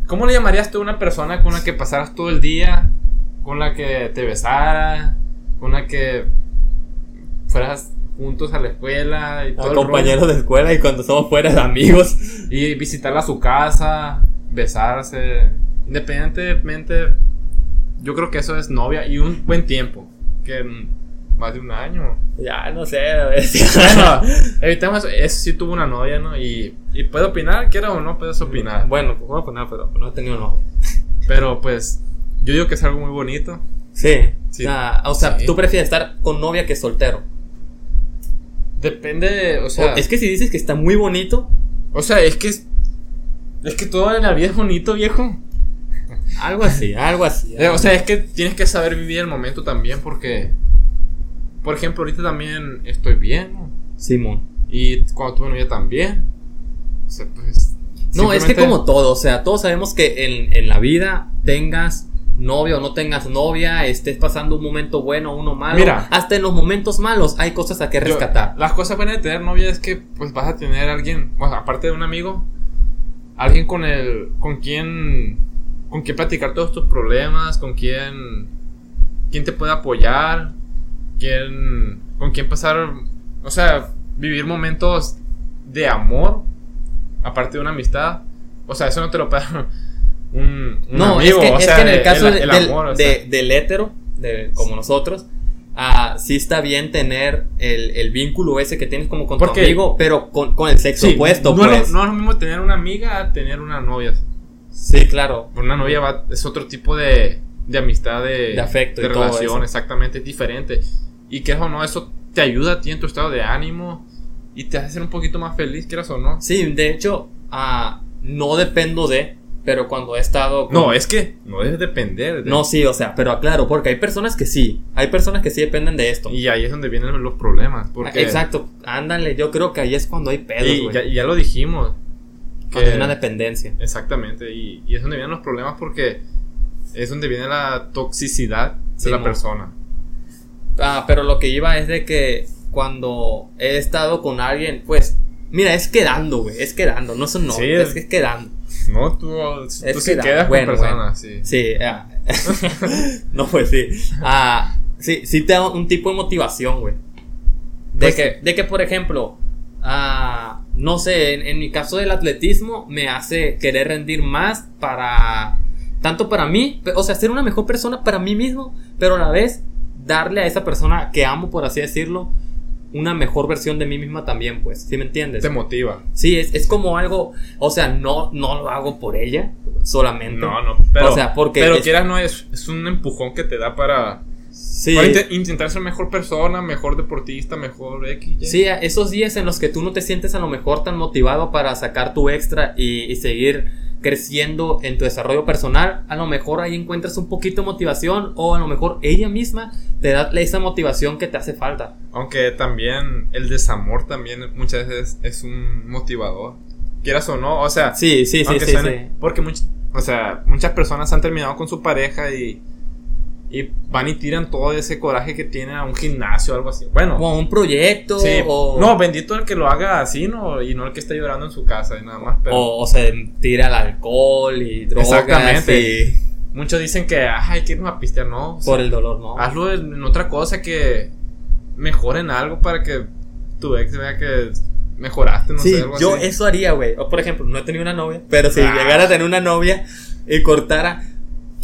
Speaker 2: ¿cómo le llamarías tú a una persona con la que pasaras todo el día, con la que te besara, con la que fueras juntos a la escuela y todo el rollo?
Speaker 1: Compañeros de escuela y cuando somos fuera de amigos. [LAUGHS]
Speaker 2: y visitarla a su casa, besarse, independientemente, yo creo que eso es novia y un buen tiempo, que mm, más de un año.
Speaker 1: Ya, no sé. a ver.
Speaker 2: Bueno, evitamos, eso sí tuvo una novia, ¿no? Y, y puedo opinar, quiero o no, puedes opinar.
Speaker 1: [LAUGHS] Bueno, pues voy a poner, pero no he tenido novia.
Speaker 2: Pero pues, yo digo que es algo muy bonito.
Speaker 1: Sí.
Speaker 2: Sí.
Speaker 1: O sea, o sea,
Speaker 2: Sí.
Speaker 1: tú prefieres estar con novia que soltero.
Speaker 2: Depende, o
Speaker 1: O
Speaker 2: sea,
Speaker 1: Oh, es que si dices que está muy bonito,
Speaker 2: o sea, es que es, es que todo en la vida es bonito, viejo.
Speaker 1: algo [LAUGHS] así, algo así.
Speaker 2: Eh, O sea, es que tienes que saber vivir el momento también porque, por ejemplo, ahorita también estoy bien, ¿no?
Speaker 1: Simón.
Speaker 2: Y cuando tuve novia también. O sea, pues.
Speaker 1: No, es que
Speaker 2: simplemente-
Speaker 1: como todo, o sea, todos sabemos que en, en la vida tengas novia o no tengas novia, estés pasando un momento bueno o uno malo.
Speaker 2: Mira.
Speaker 1: Hasta en los momentos malos hay cosas a que
Speaker 2: yo-
Speaker 1: rescatar.
Speaker 2: las cosas buenas de tener novia es que, pues, vas a tener a alguien, bueno, aparte de un amigo, alguien con el. con quien. con quien platicar todos tus problemas, con quien. quien te puede apoyar, quien. con quien pasar. o sea, vivir momentos de amor, aparte de una amistad. O sea, eso no te lo paga [LAUGHS] un, un
Speaker 1: no,
Speaker 2: amigo.
Speaker 1: es que,
Speaker 2: o
Speaker 1: es
Speaker 2: sea,
Speaker 1: que en el caso de- del,
Speaker 2: amor, o
Speaker 1: de-
Speaker 2: sea.
Speaker 1: del hétero, de, como nosotros, ah, sí está bien tener el, el vínculo ese que tienes como con tu
Speaker 2: Porque-
Speaker 1: amigo, pero con, con el sexo opuesto,
Speaker 2: no, es lo-
Speaker 1: pues.
Speaker 2: no es lo mismo tener una amiga a tener una novia.
Speaker 1: Sí, claro.
Speaker 2: Una novia va- es otro tipo de, de amistad, de,
Speaker 1: De afecto
Speaker 2: de
Speaker 1: y todo
Speaker 2: relación,
Speaker 1: eso.
Speaker 2: exactamente, es diferente. Y que o no, eso te ayuda a ti en tu estado de ánimo y te hace ser un poquito más feliz, quieras o no.
Speaker 1: Sí, de hecho, ah, no dependo de, pero cuando he estado... con-
Speaker 2: No, es que no debes depender. de-
Speaker 1: No, sí, o sea, pero aclaro, porque hay personas que sí, hay personas que sí dependen de esto.
Speaker 2: Y ahí es donde vienen los problemas. Porque,
Speaker 1: Ah, Exacto, ándale, yo creo que ahí es cuando hay pedos,
Speaker 2: Y
Speaker 1: güey.
Speaker 2: ya, y ya lo dijimos.
Speaker 1: Cuando
Speaker 2: que-
Speaker 1: hay una dependencia.
Speaker 2: Exactamente, y, y es donde vienen los problemas porque es donde viene la toxicidad de
Speaker 1: Sí,
Speaker 2: la
Speaker 1: mo.
Speaker 2: persona.
Speaker 1: Ah, pero lo que iba es de que cuando he estado con alguien, pues, mira, es quedando, güey, es quedando, no son no,
Speaker 2: Sí,
Speaker 1: es
Speaker 2: es-
Speaker 1: que es quedando.
Speaker 2: No, tú, tú
Speaker 1: Es
Speaker 2: sí
Speaker 1: que da-
Speaker 2: quedas
Speaker 1: bueno,
Speaker 2: con personas, sí.
Speaker 1: Sí, ah, [LAUGHS] no, pues sí. Ah, sí, sí te da un tipo de motivación, güey. De,
Speaker 2: Pues
Speaker 1: que, de que, por ejemplo, ah, no sé, en, en mi caso del atletismo me hace querer rendir más para, tanto para mí, pe- o sea, ser una mejor persona para mí mismo, pero a la vez darle a esa persona que amo, por así decirlo, una mejor versión de mí misma también, pues, ¿sí me entiendes?
Speaker 2: Te motiva.
Speaker 1: Sí, es, es como algo, o sea, no, no lo hago por ella solamente.
Speaker 2: No, no, pero,
Speaker 1: O sea, porque
Speaker 2: pero
Speaker 1: es-
Speaker 2: quieras no es, es un empujón que te da para,
Speaker 1: Sí,
Speaker 2: para inte- intentar ser mejor persona, mejor deportista, mejor X. Y.
Speaker 1: Sí, a- esos días en los que tú no te sientes a lo mejor tan motivado para sacar tu extra y, y seguir creciendo en tu desarrollo personal, a lo mejor ahí encuentras un poquito de motivación o a lo mejor ella misma te da esa motivación que te hace falta.
Speaker 2: Aunque también el desamor también muchas veces es un motivador. Quieras o no, o sea,
Speaker 1: Sí, sí, sí,
Speaker 2: aunque
Speaker 1: sí,
Speaker 2: suene- porque much- o sea, muchas personas han terminado con su pareja y, y van y tiran todo ese coraje que tienen a un gimnasio o algo así.
Speaker 1: sí.
Speaker 2: Bueno,
Speaker 1: Como un proyecto
Speaker 2: Sí,
Speaker 1: o,
Speaker 2: no, bendito el que lo haga así, ¿no? Y no el que está llorando en su casa y nada más. Pero
Speaker 1: o, o se tira al alcohol y drogas
Speaker 2: Exactamente.
Speaker 1: y-
Speaker 2: muchos dicen que, "Ah, hay que irnos a pistear, no. o sea,
Speaker 1: por el dolor, ¿no?
Speaker 2: Hazlo en, en otra cosa que mejoren algo para que tu ex vea que mejoraste, no
Speaker 1: sí,
Speaker 2: sé, algo
Speaker 1: yo
Speaker 2: así.
Speaker 1: eso haría, güey. O por ejemplo, no he tenido una novia, pero si
Speaker 2: Ah.
Speaker 1: llegara a tener una novia y cortara,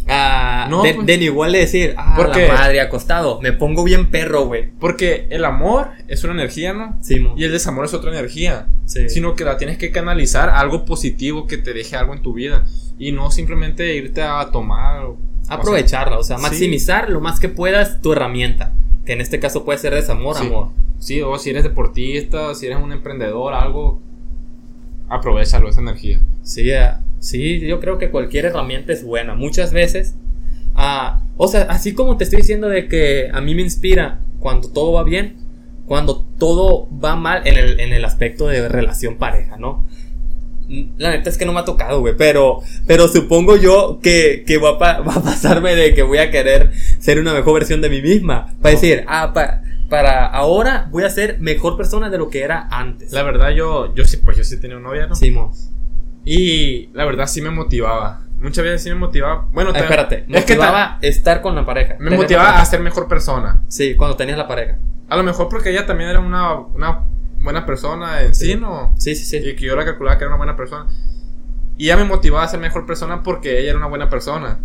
Speaker 1: ah,
Speaker 2: No,
Speaker 1: de,
Speaker 2: pues.
Speaker 1: de ni igual de decir, ah,
Speaker 2: ¿Por
Speaker 1: la
Speaker 2: qué?
Speaker 1: madre, acostado. Me pongo bien perro, güey.
Speaker 2: Porque el amor es una energía, ¿no?
Speaker 1: Sí, mo.
Speaker 2: Y el desamor es otra energía.
Speaker 1: Sí.
Speaker 2: Sino que la tienes que canalizar a algo positivo que te deje algo en tu vida. Y no simplemente irte a tomar. o-
Speaker 1: Aprovecharla, o sea,
Speaker 2: Sí.
Speaker 1: maximizar lo más que puedas tu herramienta. Que en este caso puede ser desamor,
Speaker 2: Sí.
Speaker 1: amor.
Speaker 2: o sea, sí, o si eres deportista, si eres un emprendedor, algo. Aprovechalo, esa energía.
Speaker 1: Sí, ah, sí, yo creo que cualquier herramienta es buena. Muchas veces, ah, o sea, así como te estoy diciendo de que a mí me inspira cuando todo va bien, cuando todo va mal en el, en el aspecto de relación pareja, ¿no? Mm, La neta es que no me ha tocado, güey, pero, pero supongo yo que, que va, a pa- va a pasarme de que voy a querer ser una mejor versión de mí misma. Para
Speaker 2: No.
Speaker 1: decir, ah, pa- para ahora voy a ser mejor persona de lo que era antes.
Speaker 2: La verdad, yo, yo sí, pues yo sí tenía una novia, ¿no?
Speaker 1: Simón.
Speaker 2: Y la verdad sí me motivaba. Muchas veces sí me motivaba. Bueno,
Speaker 1: Ah,
Speaker 2: te-
Speaker 1: espérate,
Speaker 2: es que ta-
Speaker 1: motivaba estar con la pareja.
Speaker 2: me
Speaker 1: Tener
Speaker 2: motivaba
Speaker 1: la
Speaker 2: a ser mejor persona.
Speaker 1: pareja. Sí, cuando tenías la pareja.
Speaker 2: A lo mejor porque ella también era una, una buena persona en sí,
Speaker 1: Sí.
Speaker 2: ¿no?
Speaker 1: Sí, sí, sí.
Speaker 2: Y que yo la calculaba que era una buena persona. Y ella me motivaba a ser mejor persona porque ella era una buena persona.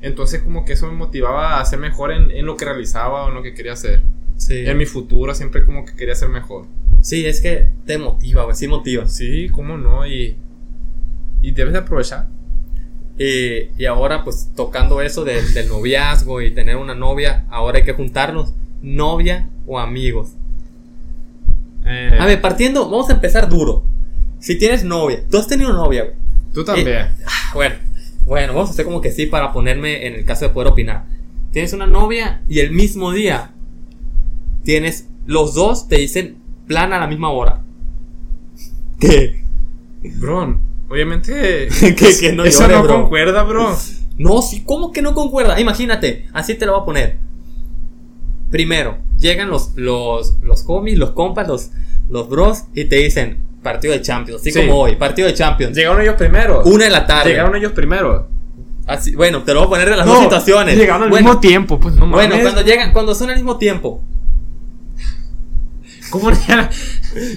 Speaker 2: Entonces como que eso me motivaba a ser mejor en, en lo que realizaba o en lo que quería hacer.
Speaker 1: Sí,
Speaker 2: En mi futuro siempre como que quería ser mejor.
Speaker 1: Sí, es que te motiva, güey, sí motivas.
Speaker 2: Sí, cómo no. Y, y debes de aprovechar.
Speaker 1: Y, y ahora, pues, tocando eso de- del noviazgo y tener una novia, ahora hay que juntarnos, novia o amigos.
Speaker 2: Eh,
Speaker 1: A ver, partiendo, vamos a empezar duro. Si tienes novia, tú has tenido novia, güey.
Speaker 2: tú también.
Speaker 1: eh, Bueno, bueno, vamos a hacer como que sí para ponerme en el caso de poder opinar. Tienes una novia y el mismo día tienes los dos te dicen plan a la misma hora. [LAUGHS] ¿Qué?
Speaker 2: Bro, obviamente.
Speaker 1: Que- que no
Speaker 2: eso
Speaker 1: llore,
Speaker 2: no
Speaker 1: bro.
Speaker 2: concuerda, bro.
Speaker 1: No, sí, ¿cómo que no concuerda? Imagínate, así te lo voy a poner. Primero, llegan los los los homies, los compas, los los bros y te dicen partido de Champions, así
Speaker 2: Sí.
Speaker 1: como hoy, partido de Champions.
Speaker 2: Llegaron ellos primero.
Speaker 1: Una de la tarde.
Speaker 2: Llegaron ellos primero.
Speaker 1: Así- bueno, te lo voy a poner en las dos situaciones.
Speaker 2: Llegaron al
Speaker 1: Bueno,
Speaker 2: mismo tiempo, pues no
Speaker 1: Bueno,
Speaker 2: mames.
Speaker 1: cuando llegan, cuando son al mismo tiempo,
Speaker 2: [LAUGHS] ¿Cómo llegan?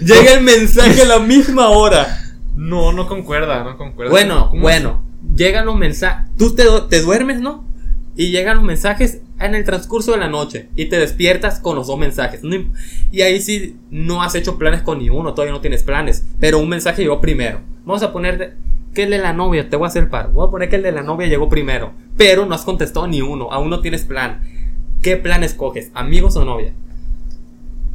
Speaker 1: llega el [LAUGHS] mensaje a la misma hora.
Speaker 2: No, no concuerda, no concuerda.
Speaker 1: Bueno,
Speaker 2: ¿Cómo
Speaker 1: bueno, llegan los mensajes. Tú te, du- te duermes, ¿no? Y llegan los mensajes en el transcurso de la noche y te despiertas con los dos mensajes. No im- Y ahí sí no has hecho planes con ninguno, todavía no tienes planes, pero un mensaje llegó primero. Vamos a poner de- que el de la novia, te voy a hacer par. Voy a poner que el de la novia llegó primero, pero no has contestado ni uno, aún no tienes plan. ¿Qué plan escoges? ¿Amigos o novia?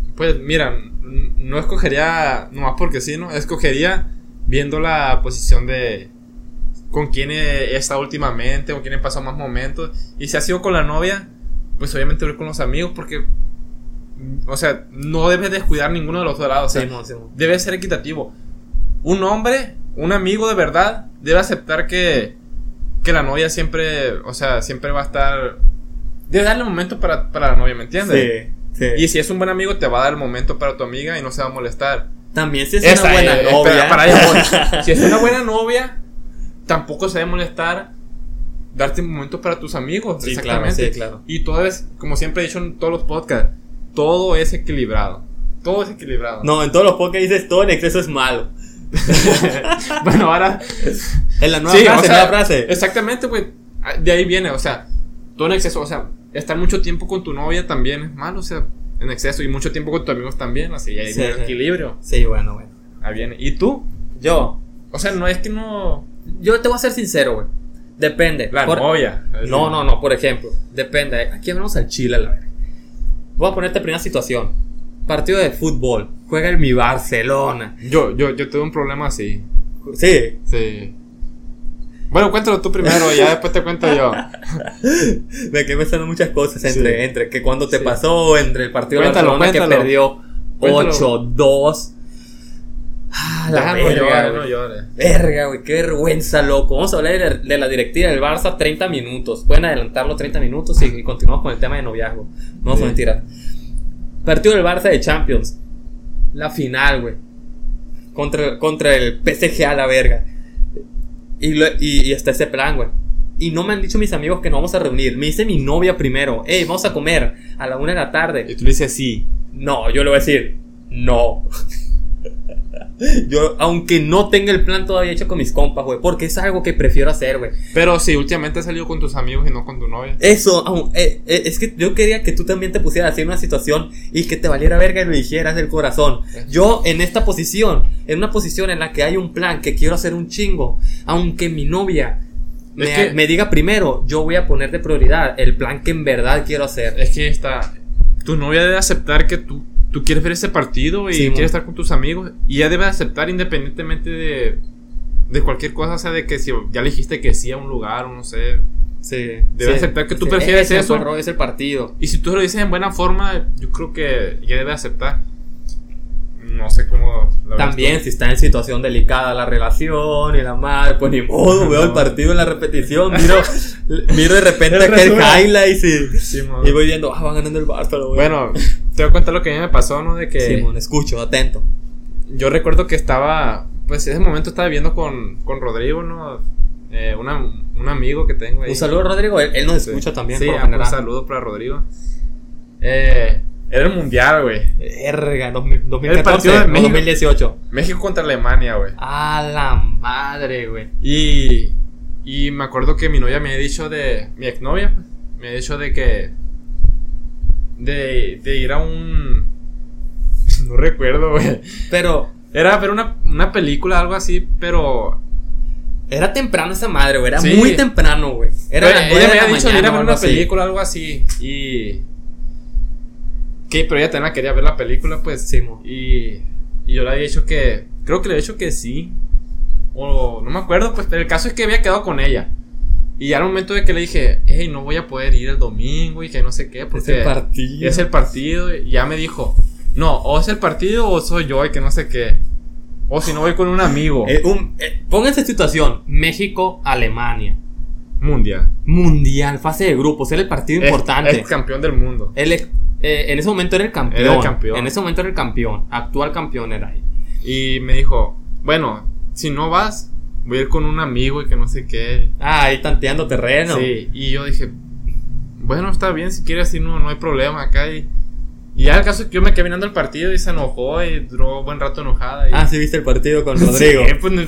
Speaker 2: se- Pues mira, n- no escogería nomás porque sí, ¿no? Escogería viendo la posición de con quién he he estado últimamente, con quién he pasado más momentos. Y si ha sido con la novia, pues obviamente voy con los amigos porque. O sea, no debes descuidar ninguno de los dos lados. O sea,
Speaker 1: Simón, Simón.
Speaker 2: debe ser equitativo. Un hombre, un amigo de verdad, debe aceptar que, que la novia siempre, o sea, siempre va a estar... Debe darle un momento para, para la novia, ¿me entiendes?
Speaker 1: sí.
Speaker 2: Y si es un buen amigo, te va a dar el momento para tu amiga y no se va a molestar.
Speaker 1: También si es
Speaker 2: Esa,
Speaker 1: una buena
Speaker 2: eh,
Speaker 1: novia.
Speaker 2: espera, para allá
Speaker 1: [LAUGHS]
Speaker 2: voy. si es una buena novia, tampoco se debe molestar darte momentos para tus amigos.
Speaker 1: Sí, claro,
Speaker 2: exactamente.
Speaker 1: sí, claro.
Speaker 2: Y todo es, como siempre he dicho en todos los podcasts, todo es equilibrado. Todo es equilibrado.
Speaker 1: No, en todos los podcasts dices todo en exceso es malo.
Speaker 2: [LAUGHS] bueno, ahora
Speaker 1: En la nueva
Speaker 2: Sí,
Speaker 1: frase,
Speaker 2: o sea,
Speaker 1: nueva frase.
Speaker 2: Exactamente, güey. De ahí viene, o sea, todo en exceso. O sea, estar mucho tiempo con tu novia también es malo, o sea, en exceso. Y mucho tiempo con tus amigos también, así, ahí
Speaker 1: Sí,
Speaker 2: viene el
Speaker 1: sí.
Speaker 2: equilibrio.
Speaker 1: Sí, bueno, bueno.
Speaker 2: Ahí viene. ¿Y tú?
Speaker 1: Yo,
Speaker 2: O sea, no es que no.
Speaker 1: yo te voy a ser sincero, güey. Depende.
Speaker 2: La
Speaker 1: Por-
Speaker 2: novia.
Speaker 1: No, no, no, por ejemplo. Depende. Aquí hablamos al chile, a la verga. Voy a ponerte primera situación. Partido de fútbol. Juega en mi Barcelona.
Speaker 2: Yo, yo, yo tuve un problema así.
Speaker 1: Sí.
Speaker 2: Sí. Bueno, cuéntalo tú primero, ya después te cuento
Speaker 1: [LAUGHS]
Speaker 2: yo.
Speaker 1: Me quedé pensando muchas cosas entre,
Speaker 2: Sí.
Speaker 1: entre que cuando te
Speaker 2: Sí.
Speaker 1: pasó, entre el partido
Speaker 2: Cuéntalo,
Speaker 1: de Barcelona
Speaker 2: cuéntalo.
Speaker 1: que perdió
Speaker 2: Cuéntalo.
Speaker 1: 8-2. Ah, la
Speaker 2: Ya, no
Speaker 1: verga,
Speaker 2: llores,
Speaker 1: güey.
Speaker 2: no llores.
Speaker 1: Verga, güey, qué vergüenza, loco. Vamos a hablar de, de la directiva del Barça 30 minutos. Pueden adelantarlo 30 minutos y, y continuamos con el tema de noviazgo. No,
Speaker 2: Sí.
Speaker 1: son mentiras. Partido del Barça de Champions. La final, güey. Contra, contra el PSG a la verga. Y, lo- y, y está ese plan, güey. Y no me han dicho mis amigos que nos vamos a reunir. Me dice mi novia primero. Hey, vamos a comer a la una de la tarde.
Speaker 2: Y tú le dices sí.
Speaker 1: No, [LAUGHS] yo le voy a decir, no. Yo, aunque no tenga el plan todavía hecho con mis compas, güey, porque es algo que prefiero hacer, güey.
Speaker 2: Pero si últimamente has salido con tus amigos y no con tu novia.
Speaker 1: Eso, aun- eh, eh, es que yo quería que tú también te pusieras así en una situación y que te valiera verga y lo dijeras del corazón. Yo en esta posición, en una posición en la que hay un plan que quiero hacer un chingo, aunque mi novia me,
Speaker 2: Es que-
Speaker 1: me diga primero, yo voy a poner de prioridad el plan que en verdad quiero hacer.
Speaker 2: Es que está. Tu novia debe aceptar que tú, tú quieres ver ese partido y
Speaker 1: Sí, mon.
Speaker 2: quieres estar con tus amigos. Y ella debe aceptar independientemente de, de cualquier cosa. O sea, de que si ya le dijiste que sí a un lugar o no sé.
Speaker 1: Sí,
Speaker 2: Debe aceptar que tú prefieres
Speaker 1: Ese
Speaker 2: eso.
Speaker 1: perro es el partido.
Speaker 2: Y si tú lo dices en buena forma, yo creo que ella debe aceptar. No sé cómo. la ves
Speaker 1: También si está en situación delicada la relación y la madre, pues ni modo, veo el
Speaker 2: [LAUGHS] No.
Speaker 1: partido en la repetición, miro, [LAUGHS] miro de repente
Speaker 2: El
Speaker 1: aquel
Speaker 2: resumen.
Speaker 1: highlight
Speaker 2: tú.
Speaker 1: y,
Speaker 2: Sí, mon.
Speaker 1: y voy viendo, ah, va ganando el Barça, lo voy a-
Speaker 2: Bueno, te voy a contar lo que a mí me pasó, ¿no? De que.
Speaker 1: Simón, escucho, atento.
Speaker 2: yo recuerdo que estaba, pues en ese momento estaba viviendo con, con Rodrigo, ¿no? Eh, una- un amigo que tengo ahí.
Speaker 1: Un saludo, Rodrigo, él, él nos
Speaker 2: Sí.
Speaker 1: escucha también.
Speaker 2: Sí,
Speaker 1: por lo
Speaker 2: ah, un
Speaker 1: general.
Speaker 2: saludo para Rodrigo. Eh, era el mundial, güey.
Speaker 1: Verga, dos mil-
Speaker 2: El partido
Speaker 1: 2014
Speaker 2: de
Speaker 1: o
Speaker 2: México.
Speaker 1: 2018.
Speaker 2: México contra Alemania, güey.
Speaker 1: A la madre, güey.
Speaker 2: Y, y me acuerdo que mi novia me ha dicho de. Mi exnovia, pues, me ha dicho de que. De, de ir a un. [LAUGHS] No recuerdo, güey.
Speaker 1: Pero
Speaker 2: Era ver una, una película, algo así, pero
Speaker 1: era temprano esa madre, güey. Era
Speaker 2: Sí.
Speaker 1: muy temprano, güey. Era
Speaker 2: Pero
Speaker 1: las nueve
Speaker 2: ella me
Speaker 1: de
Speaker 2: había
Speaker 1: la
Speaker 2: dicho de ir
Speaker 1: mañana
Speaker 2: a
Speaker 1: o
Speaker 2: ver una
Speaker 1: algo así.
Speaker 2: película o algo así. Y. Que, pero ella también quería ver la película, pues.
Speaker 1: Sí, mo.
Speaker 2: Y, y yo le había dicho que. Creo que le había dicho que sí. O no me acuerdo, pues. Pero el caso es que había quedado con ella. Y al momento de que le dije, hey, no voy a poder ir el domingo y que no sé qué, porque
Speaker 1: Ese pues partido.
Speaker 2: es el partido. Y ya me dijo, no, o es el partido o soy yo y que no sé qué. O si no voy con un amigo.
Speaker 1: Eh, un- eh, pónganse en situación: México, Alemania.
Speaker 2: mundial.
Speaker 1: Mundial, fase de grupos, era el partido importante.
Speaker 2: Es, campeón del mundo.
Speaker 1: Él es- eh, en ese momento era el campeón.
Speaker 2: Era el campeón.
Speaker 1: En ese momento era el campeón. Actual campeón era ahí.
Speaker 2: Y me dijo, bueno, si no vas, voy a ir con un amigo y que no sé qué.
Speaker 1: Ah, ahí tanteando terreno.
Speaker 2: Sí, y yo dije, bueno, está bien, si quieres ir, no, no hay problema acá. Y, y ya el caso es que yo me quedé mirando el partido y se enojó y duró buen rato enojada. Y,
Speaker 1: Ah, sí, viste el partido con
Speaker 2: [LAUGHS] Sí,
Speaker 1: Rodrigo.
Speaker 2: pues, no-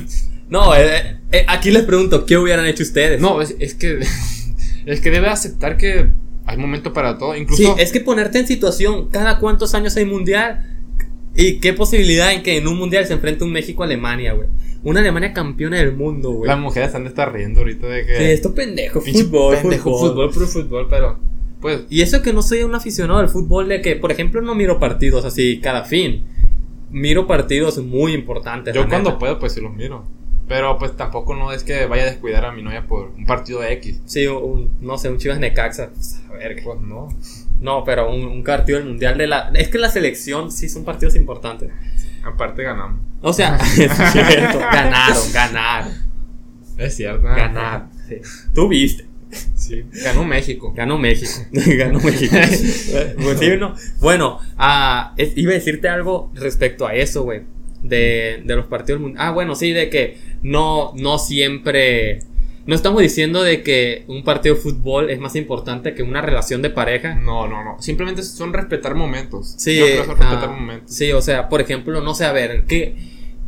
Speaker 1: No, eh, eh, aquí les pregunto, ¿qué hubieran hecho ustedes?
Speaker 2: no, es, es que [LAUGHS] es que debe aceptar que hay momento para todo.
Speaker 1: Sí,
Speaker 2: Incluso,
Speaker 1: es que ponerte en situación, cada cuántos años hay mundial y qué posibilidad en que en un mundial se enfrente un México a Alemania, güey. Una Alemania campeona del mundo, güey.
Speaker 2: las mujeres están de estar riendo ahorita de que...
Speaker 1: Sí, esto pendejo,
Speaker 2: pinche
Speaker 1: fútbol,
Speaker 2: pendejo,
Speaker 1: fútbol.
Speaker 2: fútbol, puro fútbol, pero... Pues,
Speaker 1: Y eso que no soy un aficionado al fútbol, de que, por ejemplo, no miro partidos así cada fin. Miro partidos muy importantes.
Speaker 2: Yo
Speaker 1: la
Speaker 2: cuando
Speaker 1: neta.
Speaker 2: puedo, pues sí los miro. Pero pues tampoco no es que vaya a descuidar a mi novia por un partido de X.
Speaker 1: Sí, un- no sé, un Chivas Necaxa. pues, a ver,
Speaker 2: Pues no.
Speaker 1: No, pero un, un partido del Mundial de la... Es que la selección sí son partidos importantes.
Speaker 2: Aparte ganamos.
Speaker 1: O sea, [LAUGHS] es cierto, ganaron, ganaron,
Speaker 2: Es cierto. ¿eh?
Speaker 1: ganaron. sí. Tú viste.
Speaker 2: Sí. Ganó México.
Speaker 1: Ganó México. [LAUGHS] Ganó México. Pues sí, ¿no? Bueno, ah, es- iba a decirte algo respecto a eso, güey. De, de los partidos mundiales. Ah, bueno, sí, de que no, no siempre. No estamos diciendo de que un partido de fútbol es más importante que una relación de pareja.
Speaker 2: No, no, no. Simplemente son respetar momentos.
Speaker 1: Sí,
Speaker 2: Yo creo que son
Speaker 1: ah,
Speaker 2: respetar momentos.
Speaker 1: sí, o sea, por ejemplo, no sé, a ver, que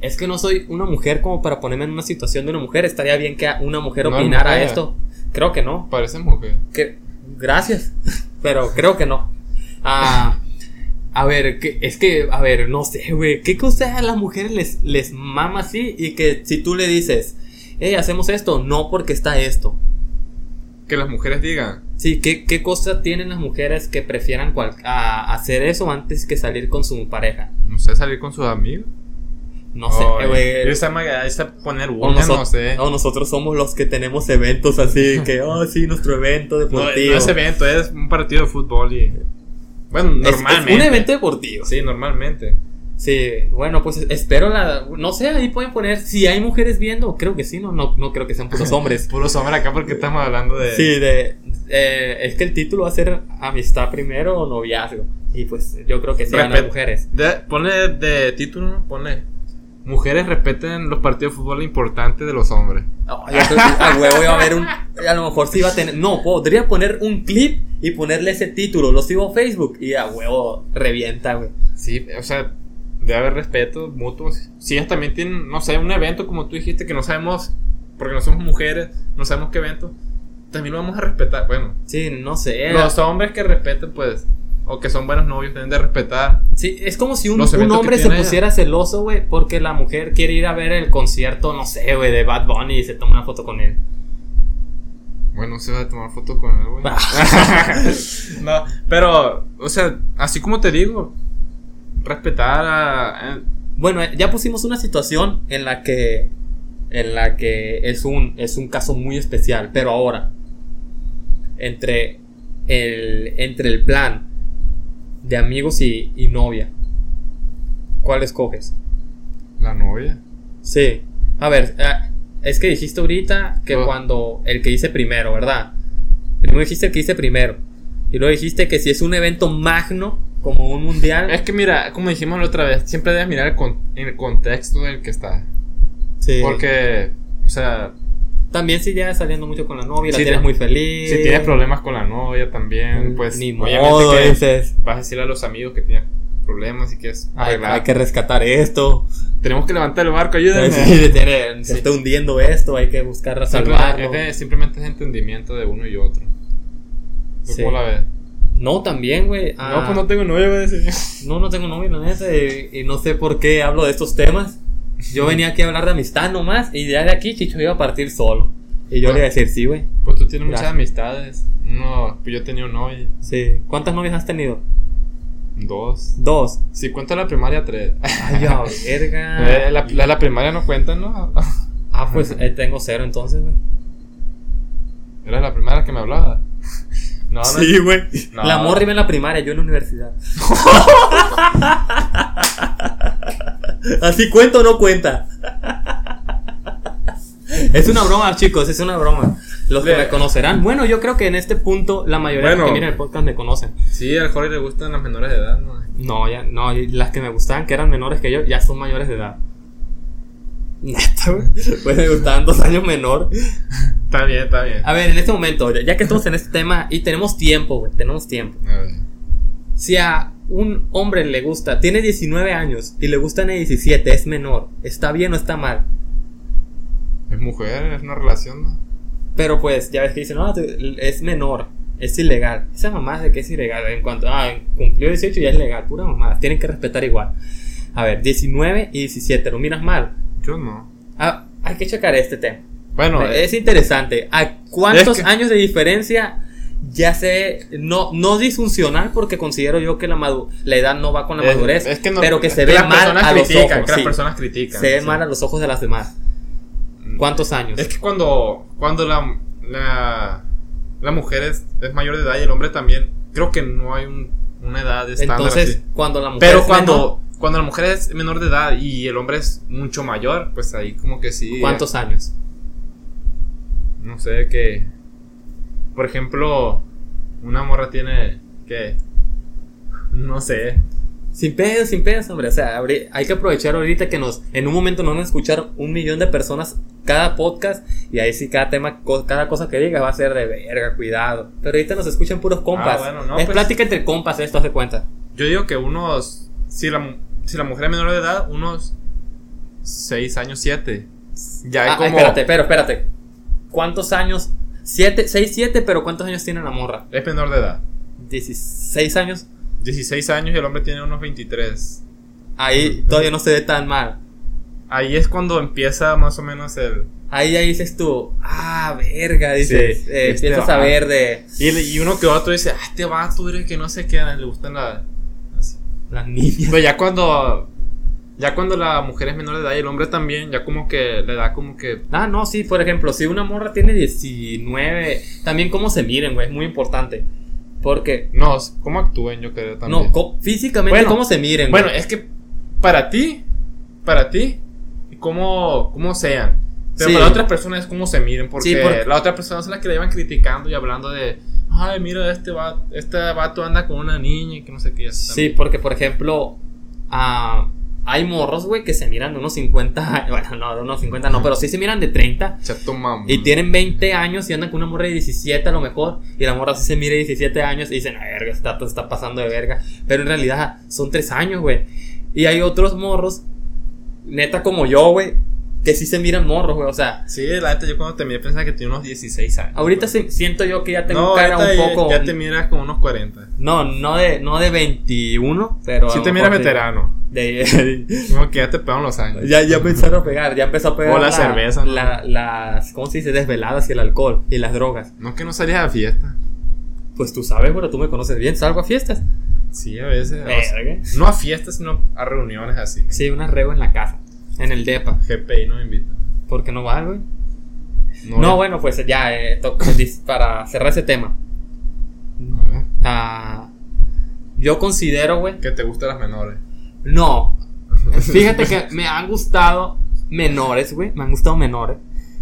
Speaker 1: es que no soy una mujer como para ponerme en una situación de una mujer. Estaría bien que una mujer
Speaker 2: No es
Speaker 1: opinara
Speaker 2: mujer.
Speaker 1: esto. Creo que no.
Speaker 2: Parece mujer.
Speaker 1: que gracias, [LAUGHS] pero creo que no. Ah, a ver, que, es que, a ver, no sé, güey, ¿qué cosas a las mujeres les, les mama así? Y que si tú le dices, hey, hacemos esto, no porque está esto.
Speaker 2: Que las mujeres digan.
Speaker 1: Sí, ¿qué, qué cosa tienen las mujeres que prefieran cual- a- hacer eso antes que salir con su pareja?
Speaker 2: No sé, salir con sus amigos.
Speaker 1: No sé,
Speaker 2: Ay,
Speaker 1: güey.
Speaker 2: Esa maga- esa poner
Speaker 1: O,
Speaker 2: una,
Speaker 1: noso-
Speaker 2: no sé.
Speaker 1: o nosotros somos los que tenemos eventos así, que, oh, sí, nuestro evento
Speaker 2: [LAUGHS] No, no
Speaker 1: deportivo.
Speaker 2: es evento, es un partido de fútbol y. Bueno,
Speaker 1: Es- es
Speaker 2: normalmente.
Speaker 1: un evento deportivo.
Speaker 2: Sí, normalmente.
Speaker 1: Sí, bueno, pues espero la. No sé, ahí pueden poner si hay mujeres viendo. Creo que sí, no, no, no creo que sean puros hombres.
Speaker 2: Puros hombres acá porque estamos hablando de.
Speaker 1: Sí, de. eh, es que el título va a ser amistad primero o noviazgo. Y pues yo creo que sí van las
Speaker 2: Respet-
Speaker 1: mujeres.
Speaker 2: De, ponle de título, ¿no? ponle. Mujeres respeten los partidos de fútbol importantes de los hombres.
Speaker 1: No, yo creo que a huevo iba a haber un. A lo mejor sí iba a tener. No, podría poner un clip y ponerle ese título. Lo sigo a Facebook y a huevo revienta, güey.
Speaker 2: Sí, o sea, debe haber respeto mutuo. Si ellas también tienen, no sé, un evento como tú dijiste que no sabemos, porque no somos mujeres, no sabemos qué evento, también lo vamos a respetar. Bueno,
Speaker 1: Sí, no sé.
Speaker 2: los hombres que respeten, pues, o que son buenos novios, deben de respetar.
Speaker 1: Sí, es como si un,
Speaker 2: Los
Speaker 1: un
Speaker 2: eventos que
Speaker 1: hombre se
Speaker 2: tiene ella.
Speaker 1: pusiera celoso, güey, porque la mujer quiere ir a ver el concierto, no sé, güey, de Bad Bunny y se toma una foto con él.
Speaker 2: Bueno, se va a tomar fotos con él, güey. no, pero, o sea, así como te digo, respetar a. eh,
Speaker 1: Bueno, eh, ya pusimos una situación en la que en la que es un es un caso muy especial, pero ahora entre el entre el plan de amigos y, y novia, ¿cuál escoges?
Speaker 2: la novia.
Speaker 1: Sí. A ver, eh, es que dijiste ahorita que
Speaker 2: No.
Speaker 1: cuando el que hice primero, ¿verdad? Primero dijiste el que hice primero. Y luego dijiste que si es un evento magno, como un mundial.
Speaker 2: Es que mira, como dijimos la otra vez, siempre debes mirar el, con- el contexto del que está.
Speaker 1: Sí.
Speaker 2: Porque, o sea,
Speaker 1: También si llegas saliendo mucho con la novia, y la
Speaker 2: Sí,
Speaker 1: tienes
Speaker 2: te-
Speaker 1: muy feliz.
Speaker 2: si tienes problemas con la novia también, pues
Speaker 1: Mm, Ni
Speaker 2: obviamente
Speaker 1: modo, este.
Speaker 2: que
Speaker 1: dices.
Speaker 2: vas a decirle a los amigos que tienes problemas y que es
Speaker 1: Hay,
Speaker 2: arreglar.
Speaker 1: hay que rescatar esto.
Speaker 2: Tenemos que levantar el barco,
Speaker 1: [LAUGHS] Sí,
Speaker 2: ayúdenme.
Speaker 1: tiene- Se
Speaker 2: Sí.
Speaker 1: está hundiendo esto, hay que buscar
Speaker 2: Simple-
Speaker 1: salvarlo.
Speaker 2: es de- simplemente es entendimiento de uno y otro. ¿Tú
Speaker 1: Sí.
Speaker 2: ¿Cómo la ves?
Speaker 1: No, también, güey. ah,
Speaker 2: No, pues no tengo novia, voy a
Speaker 1: [LAUGHS]
Speaker 2: decir.
Speaker 1: No, no tengo novia, la neta, y, y no sé por qué hablo de estos temas. Yo venía aquí a hablar de amistad nomás, y ya de aquí Chicho iba a partir solo. Y yo le iba a decir, sí, güey.
Speaker 2: Pues tú tienes muchas
Speaker 1: Gracias.
Speaker 2: amistades. No, pues yo tenía un novio,
Speaker 1: Sí. ¿Cuántas novias has tenido?
Speaker 2: dos.
Speaker 1: Dos.
Speaker 2: Si cuenta la primaria, tres.
Speaker 1: Ay, ya, verga.
Speaker 2: [LAUGHS] Eh, la, la- la primaria no cuenta, ¿no? [LAUGHS]
Speaker 1: Ah, pues eh, tengo cero entonces, güey.
Speaker 2: Era la primera que me hablaba. [LAUGHS] No, no.
Speaker 1: güey.
Speaker 2: No.
Speaker 1: La morra iba en la primaria, yo en la universidad. [LAUGHS] Así cuenta o no cuenta. Es una broma, chicos, es una broma. Los que
Speaker 2: Le-
Speaker 1: me conocerán. Bueno, yo creo que en este punto la mayoría de los que
Speaker 2: Bueno.
Speaker 1: miran el podcast me conocen.
Speaker 2: Sí, al Jorge le gustan las menores de edad, ¿no?
Speaker 1: No, ya, no, y las que me gustaban, que eran menores que yo, ya son mayores de edad. Neta, güey. Pues me gustaban dos años menor.
Speaker 2: Está bien, está bien.
Speaker 1: A ver, en este momento, ya que estamos en este tema y tenemos tiempo, güey, tenemos tiempo.
Speaker 2: A ver.
Speaker 1: Si a un hombre le gusta, tiene 19 años y le gustan a 17, es menor, ¿está bien o está mal?
Speaker 2: Es mujer, es una relación, ¿no?
Speaker 1: Pero pues, ya ves que dicen, no, tú- es menor, es ilegal. Esa mamá de que es ilegal, en cuanto, ah, cumplió 18 ya es legal, pura mamá, tienen que respetar igual. A ver, 19 y 17, ¿lo miras mal?
Speaker 2: Yo no.
Speaker 1: Ah, hay que checar este tema.
Speaker 2: Bueno, eh,
Speaker 1: es interesante. ¿A cuántos
Speaker 2: Es que-
Speaker 1: años de diferencia ya sé, no, no disfuncional porque considero yo que la, madu- la edad no va con la
Speaker 2: es-
Speaker 1: madurez,
Speaker 2: Eh, es que no-
Speaker 1: pero que se
Speaker 2: es
Speaker 1: ve
Speaker 2: las
Speaker 1: mal
Speaker 2: personas
Speaker 1: a los
Speaker 2: critican,
Speaker 1: ojos.
Speaker 2: que las
Speaker 1: sí.
Speaker 2: personas critican.
Speaker 1: se ve
Speaker 2: sí. Mm.
Speaker 1: mal a los ojos de las demás. ¿Cuántos años?
Speaker 2: Es que cuando, cuando la, la, la mujer es, es mayor de edad y el hombre también, creo que no hay un- una edad estándar
Speaker 1: Entonces,
Speaker 2: así.
Speaker 1: cuando la mujer
Speaker 2: Pero
Speaker 1: es
Speaker 2: cuando,
Speaker 1: menor,
Speaker 2: cuando la mujer es menor de edad y el hombre es mucho mayor, pues ahí como que sí.
Speaker 1: ¿cuántos años?
Speaker 2: No sé, que. Por ejemplo, una morra tiene. ¿Qué? No sé.
Speaker 1: Sin pedos, sin pedos, hombre. O sea, habrí- hay que aprovechar ahorita que nos, en un momento nos van a escuchar un millón de personas cada podcast y ahí sí cada tema, co- cada cosa que diga va a ser de verga, cuidado. Pero ahorita nos escuchan puros compas.
Speaker 2: bueno, no,
Speaker 1: es
Speaker 2: pues-
Speaker 1: plática entre compas esto, hace cuenta.
Speaker 2: Yo digo que unos. Si la, mu- si la mujer es menor de edad, unos. 6 años, 7. Ya hay
Speaker 1: Ah,
Speaker 2: como.
Speaker 1: espérate, pero espérate. ¿Cuántos años? Siete, seis, siete, pero ¿cuántos años tiene la morra?
Speaker 2: Es menor de edad.
Speaker 1: 16 años.
Speaker 2: 16 años y el hombre tiene unos 23.
Speaker 1: Ahí todavía no se ve tan mal.
Speaker 2: Ahí es cuando empieza más o menos el.
Speaker 1: Ahí ya dices tú, ah, verga, dices,
Speaker 2: Sí,
Speaker 1: eh,
Speaker 2: este
Speaker 1: empiezas a
Speaker 2: va.
Speaker 1: ver de
Speaker 2: Y, le- y uno que otro dice, ah, este vato, mira que no sé qué, le gustan las. así.
Speaker 1: las niñas.
Speaker 2: Pero ya cuando. Ya cuando la mujer es menor de edad y el hombre también, ya como que le da como que.
Speaker 1: Ah, no, sí, por ejemplo, si una morra tiene 19, también cómo se miren, güey, es muy importante. Porque,
Speaker 2: No, ¿cómo actúen? Yo creo también.
Speaker 1: no, co- físicamente
Speaker 2: Bueno,
Speaker 1: cómo se miren,
Speaker 2: bueno,
Speaker 1: güey.
Speaker 2: es que para ti, para ti, como, como sean. Pero
Speaker 1: Sí.
Speaker 2: para otras personas es como se miren, porque,
Speaker 1: Sí, porque-
Speaker 2: la otra persona es la que le iban criticando y hablando de, ay, mira, este vato, este vato anda con una niña y que no sé qué. así
Speaker 1: Sí, porque, por ejemplo, ah, hay morros, güey, que se miran de unos 50, [LAUGHS] bueno, no, de unos 50 no, pero sí se miran de 30.
Speaker 2: también. Chato mamón.
Speaker 1: Y tienen 20 años y andan con una morra de 17 a lo mejor. Y la morra sí se este mire 17 años y dicen, "Ah, verga, está, está pasando de verga. Pero en realidad son 3 años, güey. Y hay otros morros, neta como yo, güey, que sí se miran morros, güey. O sea,
Speaker 2: Sí, la neta, yo cuando te miré pensaba que tenía unos 16 años.
Speaker 1: ahorita
Speaker 2: güey.
Speaker 1: sí- siento yo que ya tengo
Speaker 2: No,
Speaker 1: cara
Speaker 2: ahorita
Speaker 1: un
Speaker 2: ya-
Speaker 1: poco.
Speaker 2: Ya te miras como unos 40.
Speaker 1: No, no de, no de 21, pero.
Speaker 2: Si
Speaker 1: a
Speaker 2: te
Speaker 1: lo
Speaker 2: miras
Speaker 1: mejor sí.
Speaker 2: veterano.
Speaker 1: De- [LAUGHS]
Speaker 2: Como que ya te pegan los años.
Speaker 1: ya, ya empezaron a pegar, ya empezó a pegar.
Speaker 2: O la cerveza, ¿no?
Speaker 1: la- las, ¿cómo se dice? Desveladas y el alcohol y las drogas.
Speaker 2: No que no salías a fiesta.
Speaker 1: Pues tú sabes, bueno, tú me conoces bien, salgo a fiestas.
Speaker 2: Sí, a veces. o sea,
Speaker 1: Verga.
Speaker 2: no a fiestas, sino a reuniones así.
Speaker 1: Eh. Sí, una reo en la casa, en el DEPA.
Speaker 2: GPI no me invita.
Speaker 1: ¿Por qué no va, güey? No, bueno, pues ya, eh, to- [LAUGHS] dis- para cerrar ese tema.
Speaker 2: A ver,
Speaker 1: Ah, yo considero, güey.
Speaker 2: Que te gustan las menores.
Speaker 1: [LAUGHS] No. Fíjate que me han gustado menores, güey. Me han gustado menores.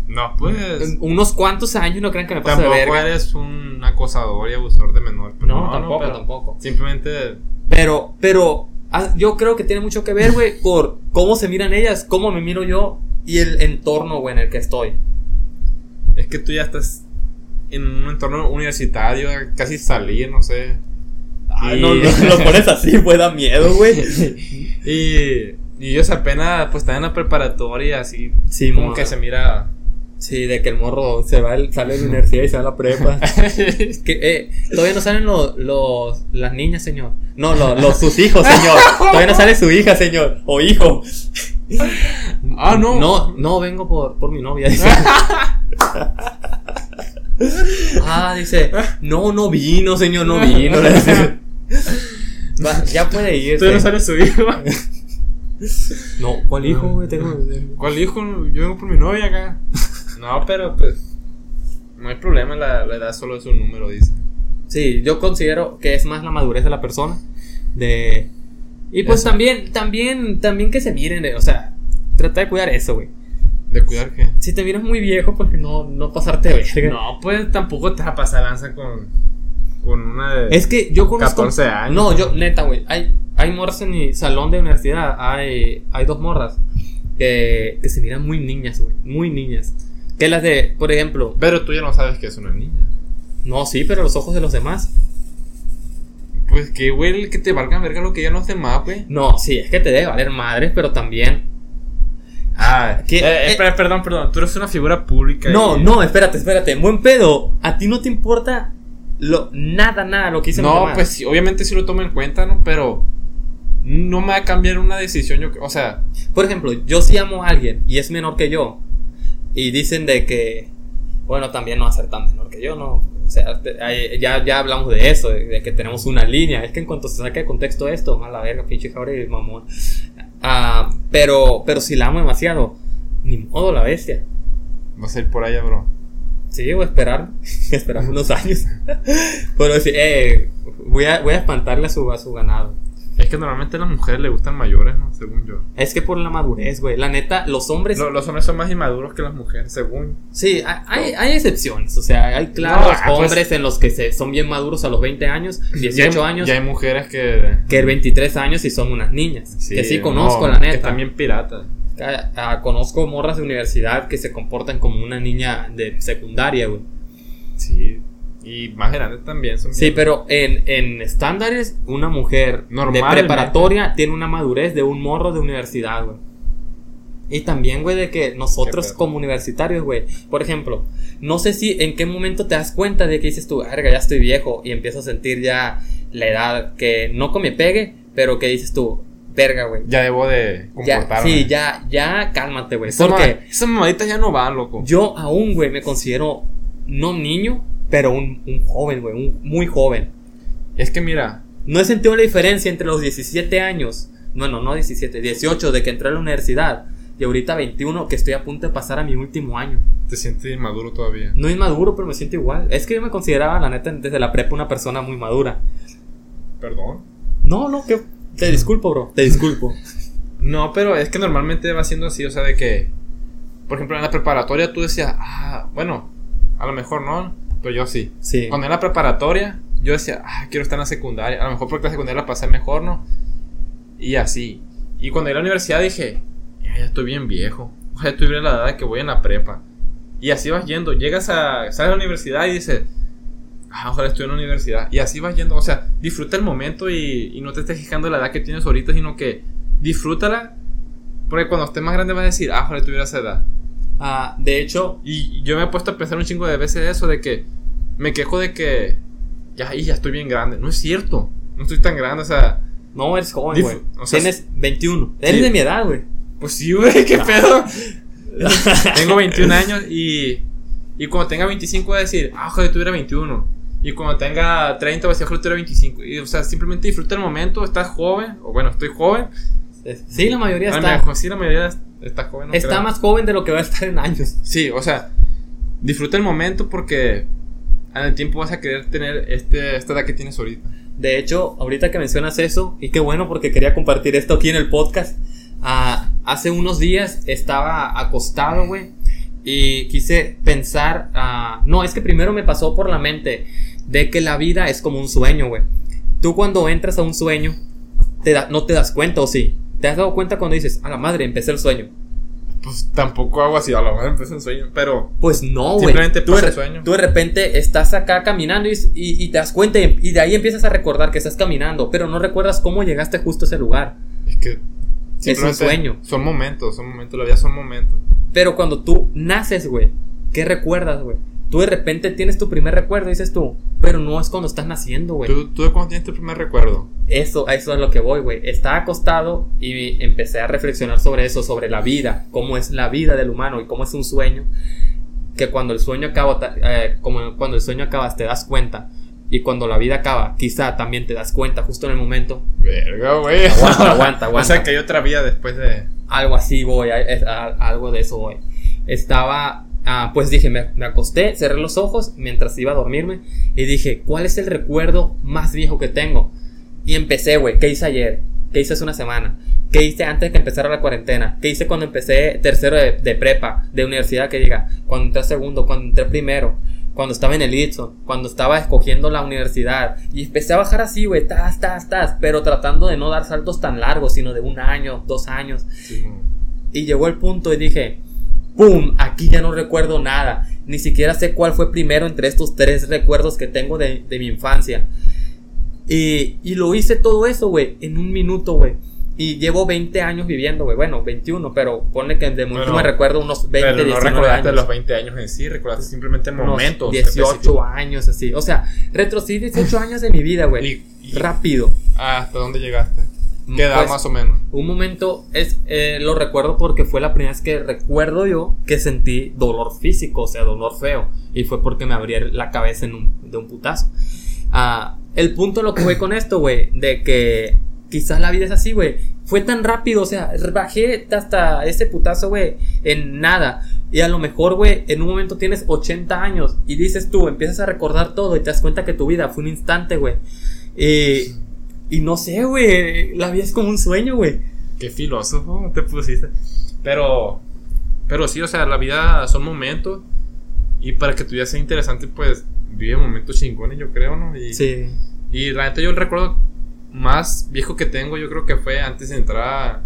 Speaker 2: No, pues.
Speaker 1: Unos cuantos años no crean que me pase de
Speaker 2: Tampoco
Speaker 1: verga.
Speaker 2: eres un acosador y abusor de menor. pero
Speaker 1: eh. No, tampoco,
Speaker 2: pero
Speaker 1: tampoco.
Speaker 2: Simplemente.
Speaker 1: Pero, pero ah, yo creo que tiene mucho que ver, güey, por cómo se miran ellas, cómo me miro yo y el entorno, güey, en el que estoy.
Speaker 2: Es que tú ya estás en un entorno universitario, casi salir, no sé.
Speaker 1: Ah,
Speaker 2: Y-
Speaker 1: no, no, lo pones
Speaker 2: [LAUGHS]
Speaker 1: así, güey, da miedo, güey.
Speaker 2: Y, y ellos apenas pues están en la preparatoria, así.
Speaker 1: Sí,
Speaker 2: como
Speaker 1: mo-
Speaker 2: que se mira.
Speaker 1: Sí, de que el morro se va, el- sale de la universidad y se va a la
Speaker 2: [LAUGHS]
Speaker 1: prepa. Que, eh, todavía no salen los, los- las niñas, señor. No, los, los-
Speaker 2: [LAUGHS]
Speaker 1: sus hijos, señor. Todavía no sale su hija, señor. O hijo.
Speaker 2: ah, no.
Speaker 1: No, no, vengo por, por mi novia,
Speaker 2: [LAUGHS]
Speaker 1: dice. ah, dice. No, no vino, señor, no vino.
Speaker 2: [LAUGHS]
Speaker 1: le dice. Va, ya puede ir.
Speaker 2: Todavía no sale su hijo.
Speaker 1: No, ¿cuál hijo, güey?
Speaker 2: Ah.
Speaker 1: Tengo.
Speaker 2: [LAUGHS] ¿Cuál hijo? Yo vengo por mi novia acá. No, pero pues. No hay problema, la, la edad solo es un número, dice.
Speaker 1: Sí, yo considero que es más la madurez de la persona. De. Y pues
Speaker 2: Eso.
Speaker 1: también, también, también que se miren, eh, o sea, trata de cuidar eso, güey.
Speaker 2: ¿De cuidar qué?
Speaker 1: Si te miras muy viejo, pues no, no pasarte de verga.
Speaker 2: No, pues tampoco te vas a pasar lanza con. Con una
Speaker 1: [LAUGHS]
Speaker 2: de.
Speaker 1: Es que yo conozco.
Speaker 2: 14 años.
Speaker 1: No, yo, neta, güey. Hay, hay morras en mi salón de universidad. Hay, hay dos morras que, que se miran muy niñas, güey. Muy niñas. Que las de, por ejemplo.
Speaker 2: Pero tú ya no sabes que es una niña.
Speaker 1: No, sí, pero los ojos de los demás.
Speaker 2: Pues que, güey, que te valga verga lo que ya no esté más, güey.
Speaker 1: No, sí, es que te debe valer madres, pero también.
Speaker 2: Ah,
Speaker 1: ¿Qué?
Speaker 2: eh, espera, perdón, perdón. Tú eres una figura pública.
Speaker 1: No,
Speaker 2: y-
Speaker 1: no, espérate, espérate. Buen pedo. A ti no te importa lo, nada, nada lo que hice
Speaker 2: No, pues sí, obviamente sí lo tomo en cuenta, ¿no? Pero no me va a cambiar una decisión. Yo, o sea,
Speaker 1: Por ejemplo, yo si amo a alguien y es menor que yo, y dicen de que, bueno, también no va a ser tan menor que yo, ¿no? O sea, te- ahí- ya, ya hablamos de eso, de, de que tenemos una línea. Es que en cuanto se saque de contexto esto, mala verga, pinche y mamón. Ah, pero, pero si la amo demasiado, ni modo la bestia.
Speaker 2: va a ser por allá, bro.
Speaker 1: Sí, voy a esperar, [LAUGHS] esperar unos años. pero decir, eh, voy a, voy a espantarle a su, a su ganado.
Speaker 2: Es que normalmente a las mujeres les gustan mayores, ¿no? Según yo.
Speaker 1: Es que por la madurez, güey. La neta, los hombres.
Speaker 2: Lo- los hombres son más inmaduros que las mujeres, según.
Speaker 1: Sí, ha- hay, hay excepciones, o sea, hay claros
Speaker 2: ah, pues-
Speaker 1: hombres en los que se, son bien maduros a los 20
Speaker 2: [LAUGHS]
Speaker 1: años, 18
Speaker 2: Ya hay-
Speaker 1: años,
Speaker 2: Ya hay mujeres que.
Speaker 1: que 23 años y son unas niñas, que sí conozco,
Speaker 2: no,
Speaker 1: la
Speaker 2: Que
Speaker 1: neta.
Speaker 2: también piratas.
Speaker 1: Ah, ah, conozco morras de universidad que se comportan como una niña de secundaria, güey.
Speaker 2: Sí. Y más grandes también son.
Speaker 1: Sí,
Speaker 2: bien-
Speaker 1: pero en, en estándares, una mujer de
Speaker 2: Normalmente.
Speaker 1: preparatoria tiene una madurez de un morro de universidad, güey. Y también, güey, de que
Speaker 2: Qué
Speaker 1: nosotros
Speaker 2: pedo.
Speaker 1: como universitarios, güey, por ejemplo, no sé si en qué momento te das cuenta de que dices tú, verga, ya estoy viejo y empiezo a sentir ya la edad que no que me pegue, pero que dices tú, verga, güey.
Speaker 2: Ya debo de
Speaker 1: Ya,
Speaker 2: comportarme.
Speaker 1: sí, ya, ya, cálmate, güey.
Speaker 2: Esas
Speaker 1: Porque
Speaker 2: ma- esas mamaditas ya no van, loco.
Speaker 1: yo aún, güey, me considero no niño, pero un, un joven, güey, un- muy joven.
Speaker 2: Es que mira,
Speaker 1: No he sentido la diferencia entre los 17 años, bueno, no 17, 18 de que entré a la universidad y ahorita 21 que estoy a punto de pasar a mi último año.
Speaker 2: te sientes inmaduro todavía.
Speaker 1: No es maduro, pero me siento igual. Es que yo me consideraba, la neta, desde la prepa una persona muy madura.
Speaker 2: Perdón.
Speaker 1: No, no, que... Te disculpo, bro. Te disculpo.
Speaker 2: No, pero es que normalmente va siendo así, o sea, de que, por ejemplo, en la preparatoria tú decías, ah, bueno, a lo mejor no, pero yo sí.
Speaker 1: Sí.
Speaker 2: Cuando en la preparatoria, yo decía, ah, quiero estar en la secundaria, a lo mejor porque la secundaria la pasé mejor, ¿no? Y así. Y cuando en la universidad dije, ya, ya estoy bien viejo, o sea, estuviera la edad que voy en la prepa. Y así vas yendo, llegas a, sales a la universidad y dices, ah, ojalá estuviera en la universidad. Y así vas yendo, o sea, disfruta el momento y, y no te estés fijando en la edad que tienes ahorita, sino que disfrútala, porque cuando estés más grande vas a decir, ah, ojalá tuviera esa edad.
Speaker 1: Ah, de hecho,
Speaker 2: Y yo me he puesto a pensar un chingo de veces eso, de que me quejo de que ya, y ya estoy bien grande. No es cierto, no estoy tan grande, o sea,
Speaker 1: no eres joven,
Speaker 2: Dif-
Speaker 1: güey.
Speaker 2: o sea,
Speaker 1: Tienes 21. Eres
Speaker 2: sí.
Speaker 1: de mi edad, güey.
Speaker 2: pues sí, güey, [LAUGHS] qué
Speaker 1: [LAUGHS]
Speaker 2: pedo. Tengo 21 años y, y cuando tenga 25 voy a decir, ah, ojalá tuviera 21. Y cuando tenga 30 voy a decir, ojalá tuviera 25. Y, o sea, simplemente disfruta el momento, estás joven, o bueno, estoy joven.
Speaker 1: Sí, la mayoría
Speaker 2: Bueno,
Speaker 1: está.
Speaker 2: mejor sí, la mayoría está joven. Ah, no
Speaker 1: Está
Speaker 2: creo.
Speaker 1: más joven de lo que va a estar en años.
Speaker 2: Sí, o sea, disfruta el momento porque en el tiempo vas a querer tener este, esta edad que tienes ahorita.
Speaker 1: De hecho, ahorita que mencionas eso, y qué bueno porque quería compartir esto aquí en el podcast. Ah, hace unos días estaba acostado, güey, y quise pensar. ah, no, es que primero me pasó por la mente de que la vida es como un sueño, güey. Tú cuando entras a un sueño, te da- no te das cuenta, o sí. Te has dado cuenta cuando dices, a la madre, empecé el sueño.
Speaker 2: Pues tampoco hago así, a lo mejor empecé un sueño, pero
Speaker 1: Pues no, güey.
Speaker 2: Simplemente
Speaker 1: tú,
Speaker 2: pasa
Speaker 1: de-
Speaker 2: el sueño.
Speaker 1: tú de repente estás acá caminando y, y- y te das cuenta y, y de ahí empiezas a recordar que estás caminando, pero no recuerdas cómo llegaste justo a ese lugar.
Speaker 2: es que... simplemente
Speaker 1: sueño.
Speaker 2: Son momentos, son momentos, la vida son momentos.
Speaker 1: Pero cuando tú naces, güey, ¿qué recuerdas, güey? Tú de repente tienes tu primer recuerdo, dices tú, pero no es cuando estás naciendo, güey.
Speaker 2: ¿Tú, ¿Tú de cuándo tienes tu primer recuerdo?
Speaker 1: Eso, a eso es lo que voy, güey. Estaba acostado y empecé a reflexionar sobre eso, sobre la vida, cómo es la vida del humano y cómo es un sueño. Que cuando el sueño acaba, ta- eh, como cuando el sueño acaba, te das cuenta. Y cuando la vida acaba, quizá también te das cuenta justo en el
Speaker 2: [LAUGHS]
Speaker 1: momento.
Speaker 2: Verga,
Speaker 1: [LAUGHS]
Speaker 2: güey.
Speaker 1: Aguanta, aguanta,
Speaker 2: [LAUGHS] O sea,
Speaker 1: aguanta.
Speaker 2: que hay otra vida después de...
Speaker 1: Algo así voy, a- es- a- algo de eso voy. Estaba, ah, pues dije, me, me acosté, cerré los ojos mientras iba a dormirme y dije, ¿cuál es el recuerdo más viejo que tengo? Y empecé, güey, ¿qué hice ayer? ¿Qué hice hace una semana? ¿Qué hice antes de que empezara la cuarentena? ¿Qué hice cuando empecé tercero de, de prepa, de universidad que diga? Cuando entré a segundo, cuando entré a primero, cuando estaba en el Itson, cuando estaba escogiendo la universidad. Y empecé a bajar así, güey, tas, tas, tas, pero tratando de no dar saltos tan largos, sino de un año, dos años. Y llegó el punto y dije, ¡pum! Aquí ya no recuerdo nada. Ni siquiera sé cuál fue primero entre estos tres recuerdos que tengo de, de mi infancia. Y, y lo hice todo eso, güey, en un minuto, güey. Y llevo 20 años viviendo, güey. Bueno, 21, pero pone que de mucho
Speaker 2: Bueno,
Speaker 1: me recuerdo unos 20,
Speaker 2: pero no
Speaker 1: 19
Speaker 2: recordaste
Speaker 1: años.
Speaker 2: los 20 años en sí, recordaste simplemente
Speaker 1: unos
Speaker 2: momentos.
Speaker 1: 18
Speaker 2: específicos.
Speaker 1: años, así. O sea, retrocedí 18 años de mi vida, güey.
Speaker 2: Y- y-
Speaker 1: Rápido.
Speaker 2: ¿Hasta dónde llegaste? ¿Qué edad
Speaker 1: Pues,
Speaker 2: más o menos?
Speaker 1: Un momento es eh, lo recuerdo porque fue la primera vez que recuerdo yo que sentí dolor físico, o sea, dolor feo. Y fue porque me abrí la cabeza en un- de un putazo. Ah, el punto lo que voy con esto, güey, de que quizás la vida es así, güey. Fue tan rápido, o sea, bajé hasta ese putazo, güey, en nada. Y a lo mejor, güey, en un momento tienes 80 años y dices tú, empiezas a recordar todo y te das cuenta que tu vida fue un instante, güey. Y, y no sé, güey, la vida es como un sueño, güey.
Speaker 2: Qué filósofo te pusiste. Pero, pero sí, o sea, la vida son momentos. Y para que tu vida sea interesante, pues vive momentos chingones, yo creo, ¿no? Y,
Speaker 1: Sí.
Speaker 2: y la neta, yo el recuerdo más viejo que tengo, yo creo que fue antes de entrar. a-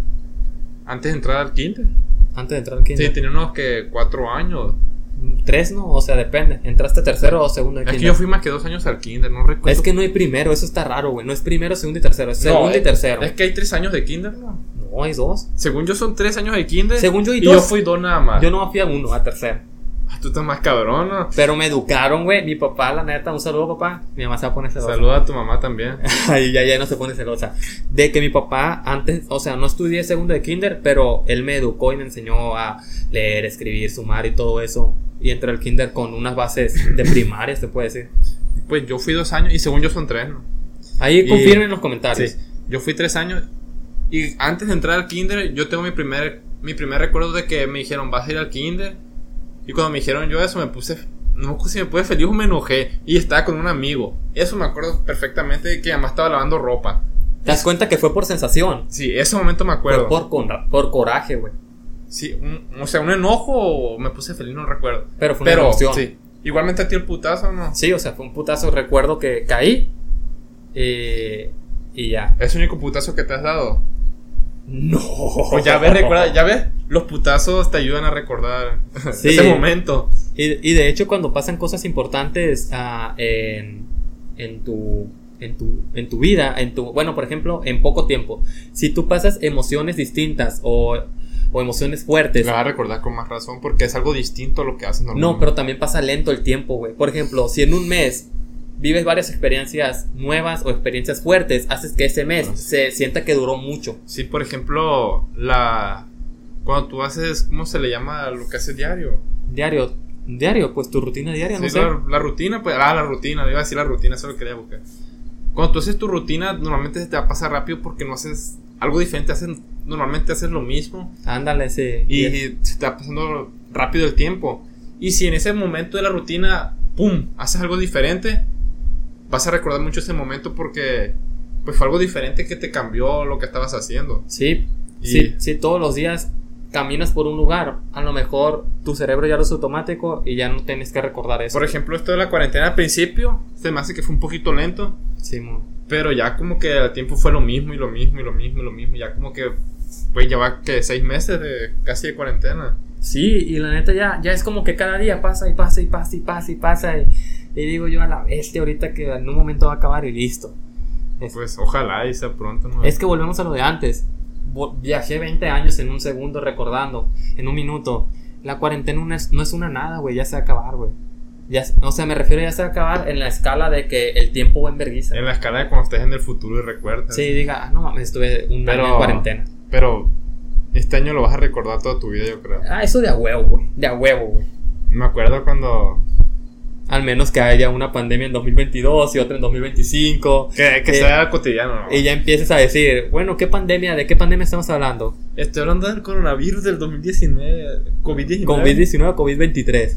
Speaker 2: Antes de entrar al kinder.
Speaker 1: Antes de entrar aquí.
Speaker 2: Sí, tenía unos que cuatro años.
Speaker 1: Tres no, o sea, depende. ¿Entraste tercero o segundo de
Speaker 2: Es que
Speaker 1: kinder?
Speaker 2: yo fui más que dos años al kinder, no recuerdo.
Speaker 1: Es que no hay primero, eso está raro, güey. No es primero, segundo y tercero. Es
Speaker 2: No,
Speaker 1: segundo y
Speaker 2: es-
Speaker 1: tercero.
Speaker 2: Es que hay tres años de kinder, ¿no?
Speaker 1: No, hay dos.
Speaker 2: Según yo son tres años de kinder.
Speaker 1: Según yo hay
Speaker 2: y
Speaker 1: dos.
Speaker 2: yo fui dos nada más.
Speaker 1: Yo no fui a uno, a tercero.
Speaker 2: Ah, Tú estás más cabrón, ¿no?
Speaker 1: Pero me educaron, güey. Mi papá, la neta, un saludo, papá. Mi mamá se va a poner celosa.
Speaker 2: Saluda a tu mamá también.
Speaker 1: [LAUGHS] Ay, ya, ya no se pone celosa. De que mi papá antes, o sea, no estudié segundo de kinder, pero él me educó y me enseñó a leer, escribir, sumar y todo eso. Y entré al kinder con unas bases de primaria, se puede decir.
Speaker 2: Pues yo fui dos años y según yo son tres, ¿no?
Speaker 1: Ahí
Speaker 2: Y-
Speaker 1: confirmen en los comentarios.
Speaker 2: Sí, yo fui tres años y antes de entrar al kinder yo tengo mi primer, mi primer recuerdo de que me dijeron vas a ir al kinder y cuando me dijeron yo eso me puse, no me acuerdo si me puse feliz o me enojé y estaba con un amigo. Eso me acuerdo perfectamente de que además estaba lavando ropa.
Speaker 1: Te das cuenta que fue por sensación.
Speaker 2: Sí, ese momento me acuerdo.
Speaker 1: Fue por, con- por coraje, güey.
Speaker 2: Sí, un- o sea, un enojo o me puse feliz, no recuerdo.
Speaker 1: Pero fue una
Speaker 2: Pero,
Speaker 1: emoción. Sí.
Speaker 2: sí. Igualmente a ti el putazo, ¿no?
Speaker 1: o sea, fue un putazo. Recuerdo que caí eh, y ya.
Speaker 2: Es el único putazo que te
Speaker 1: [LAUGHS]
Speaker 2: has dado.
Speaker 1: No.
Speaker 2: Pues ya
Speaker 1: [LAUGHS]
Speaker 2: ves, recuerda, ya ves, los putazos te ayudan a recordar
Speaker 1: Sí.
Speaker 2: ese momento.
Speaker 1: Y, y de hecho, cuando pasan cosas importantes ah, en, en tu en tu, en tu vida, en tu, bueno, por ejemplo, en poco tiempo. Si tú pasas emociones distintas o, o emociones fuertes.
Speaker 2: La vas a recordar con más razón porque es algo distinto a lo que haces
Speaker 1: No, pero también pasa lento el tiempo, güey. Por ejemplo, si en un mes vives varias experiencias nuevas o experiencias fuertes, haces que ese mes
Speaker 2: Ah, sí.
Speaker 1: se sienta que duró mucho.
Speaker 2: Sí, por ejemplo, la... Cuando tú haces, ¿cómo se le llama lo que haces diario?
Speaker 1: Diario, diario, pues tu rutina diaria, no
Speaker 2: Sí,
Speaker 1: sé.
Speaker 2: la, la rutina, pues, ah, la rutina, iba a decir la rutina, eso lo quería buscar. Cuando tú haces tu rutina, normalmente se te va a pasar rápido porque no haces algo diferente, haces, normalmente haces lo mismo
Speaker 1: Ándale, sí.
Speaker 2: y se te va pasando rápido el tiempo. Y si en ese momento de la rutina, ¡pum!, haces algo diferente, vas a recordar mucho ese momento porque pues fue algo diferente que te cambió lo que estabas haciendo.
Speaker 1: Sí,
Speaker 2: Y-
Speaker 1: sí, sí, todos los días caminas por un lugar, a lo mejor tu cerebro ya lo es automático y ya no tienes que recordar eso.
Speaker 2: Por ejemplo, esto de la cuarentena al principio, se me hace que fue un poquito lento,
Speaker 1: Sí, mo.
Speaker 2: Pero ya como que el tiempo fue lo mismo y lo mismo y lo mismo y lo mismo. Ya como que, güey, ya va que seis meses de casi de cuarentena.
Speaker 1: Sí, y la neta ya, ya es como que cada día pasa y pasa y pasa y pasa y pasa. Y, y digo yo a la bestia ahorita que en un momento va a acabar y listo. Es,
Speaker 2: Pues ojalá y sea pronto, ¿no?
Speaker 1: es que volvemos a lo de antes. Vo- Viajé 20 años en un segundo recordando, en un minuto. La cuarentena no es, no es una nada, güey, ya se va a acabar, güey. Ya, se- o sea, me refiero ya se va a acabar en la escala de que el tiempo va en vergüenza.
Speaker 2: En la escala de cuando estés en el futuro y recuerdas.
Speaker 1: Sí, diga, ah, no mames, estuve un
Speaker 2: Pero-
Speaker 1: año en cuarentena.
Speaker 2: Pero este año lo vas a recordar toda tu vida, yo creo.
Speaker 1: Ah, eso de a huevo, güey. De a huevo, güey.
Speaker 2: Me acuerdo cuando...
Speaker 1: Al menos que haya una pandemia en 2022 y otra en 2025.
Speaker 2: Que, que
Speaker 1: Eh,
Speaker 2: sea cotidiano, ¿no?
Speaker 1: Y ya empieces a decir, bueno, ¿qué pandemia? ¿De qué pandemia estamos hablando?
Speaker 2: Estoy hablando del coronavirus del 2019. COVID-19. [LAUGHS]
Speaker 1: ¿COVID-19 o COVID-23?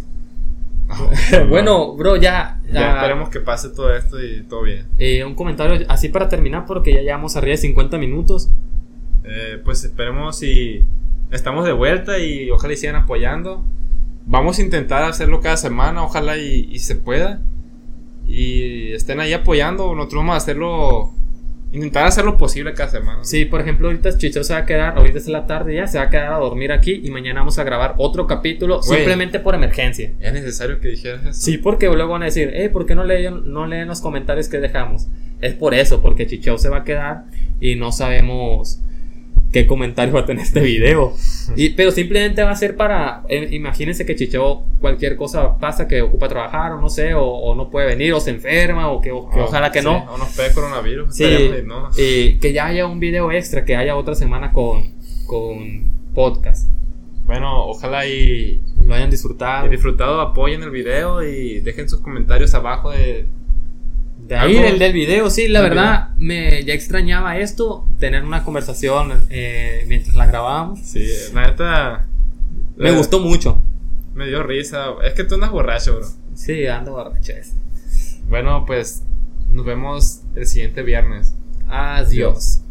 Speaker 1: bueno, bro, ya.
Speaker 2: ya
Speaker 1: ah,
Speaker 2: esperemos que pase todo esto y todo bien.
Speaker 1: eh, un comentario así para terminar, porque ya llevamos arriba de 50 minutos.
Speaker 2: Eh, pues esperemos si estamos de vuelta y ojalá y sigan apoyando. Vamos a intentar hacerlo cada semana, ojalá y, y se pueda. Y estén ahí apoyando, nosotros vamos a hacerlo, intentar hacer lo posible cada semana.
Speaker 1: Sí, por ejemplo, ahorita Chicho se va a quedar, ahorita es la tarde ya, se va a quedar a dormir aquí y mañana vamos a grabar otro capítulo
Speaker 2: Güey.
Speaker 1: simplemente por emergencia.
Speaker 2: Es necesario que dijeras eso.
Speaker 1: Sí, porque luego van a decir, eh, ¿por qué no leen, no leen los comentarios que dejamos? Es por eso, porque Chicheo se va a quedar y no sabemos qué comentarios va a tener este video. Y, pero simplemente va a ser para, eh, imagínense que Chicheo cualquier cosa pasa que ocupa trabajar o no sé, o, o no puede venir o se enferma o que, o que
Speaker 2: O-
Speaker 1: ojalá que
Speaker 2: Ah, Oh, sí,
Speaker 1: no.
Speaker 2: O nos pegue coronavirus.
Speaker 1: Sí,
Speaker 2: esperemos y
Speaker 1: y
Speaker 2: no.
Speaker 1: Eh, que ya haya un video extra, que haya otra semana con, con podcast.
Speaker 2: Bueno, ojalá y,
Speaker 1: Lo hayan
Speaker 2: y
Speaker 1: disfrutado.
Speaker 2: disfrutado, apoyen el video y dejen sus comentarios abajo de...
Speaker 1: De ahí,
Speaker 2: Algo-
Speaker 1: del, del video, sí, la
Speaker 2: del
Speaker 1: verdad, me ya extrañaba esto, tener una conversación eh, mientras la grabábamos.
Speaker 2: Sí, la neta...
Speaker 1: Me
Speaker 2: eh,
Speaker 1: gustó mucho.
Speaker 2: Me dio risa. Es que tú andas borracho, bro.
Speaker 1: Sí, ando borracho. este. ese.
Speaker 2: Bueno, pues nos vemos el siguiente viernes.
Speaker 1: Adiós.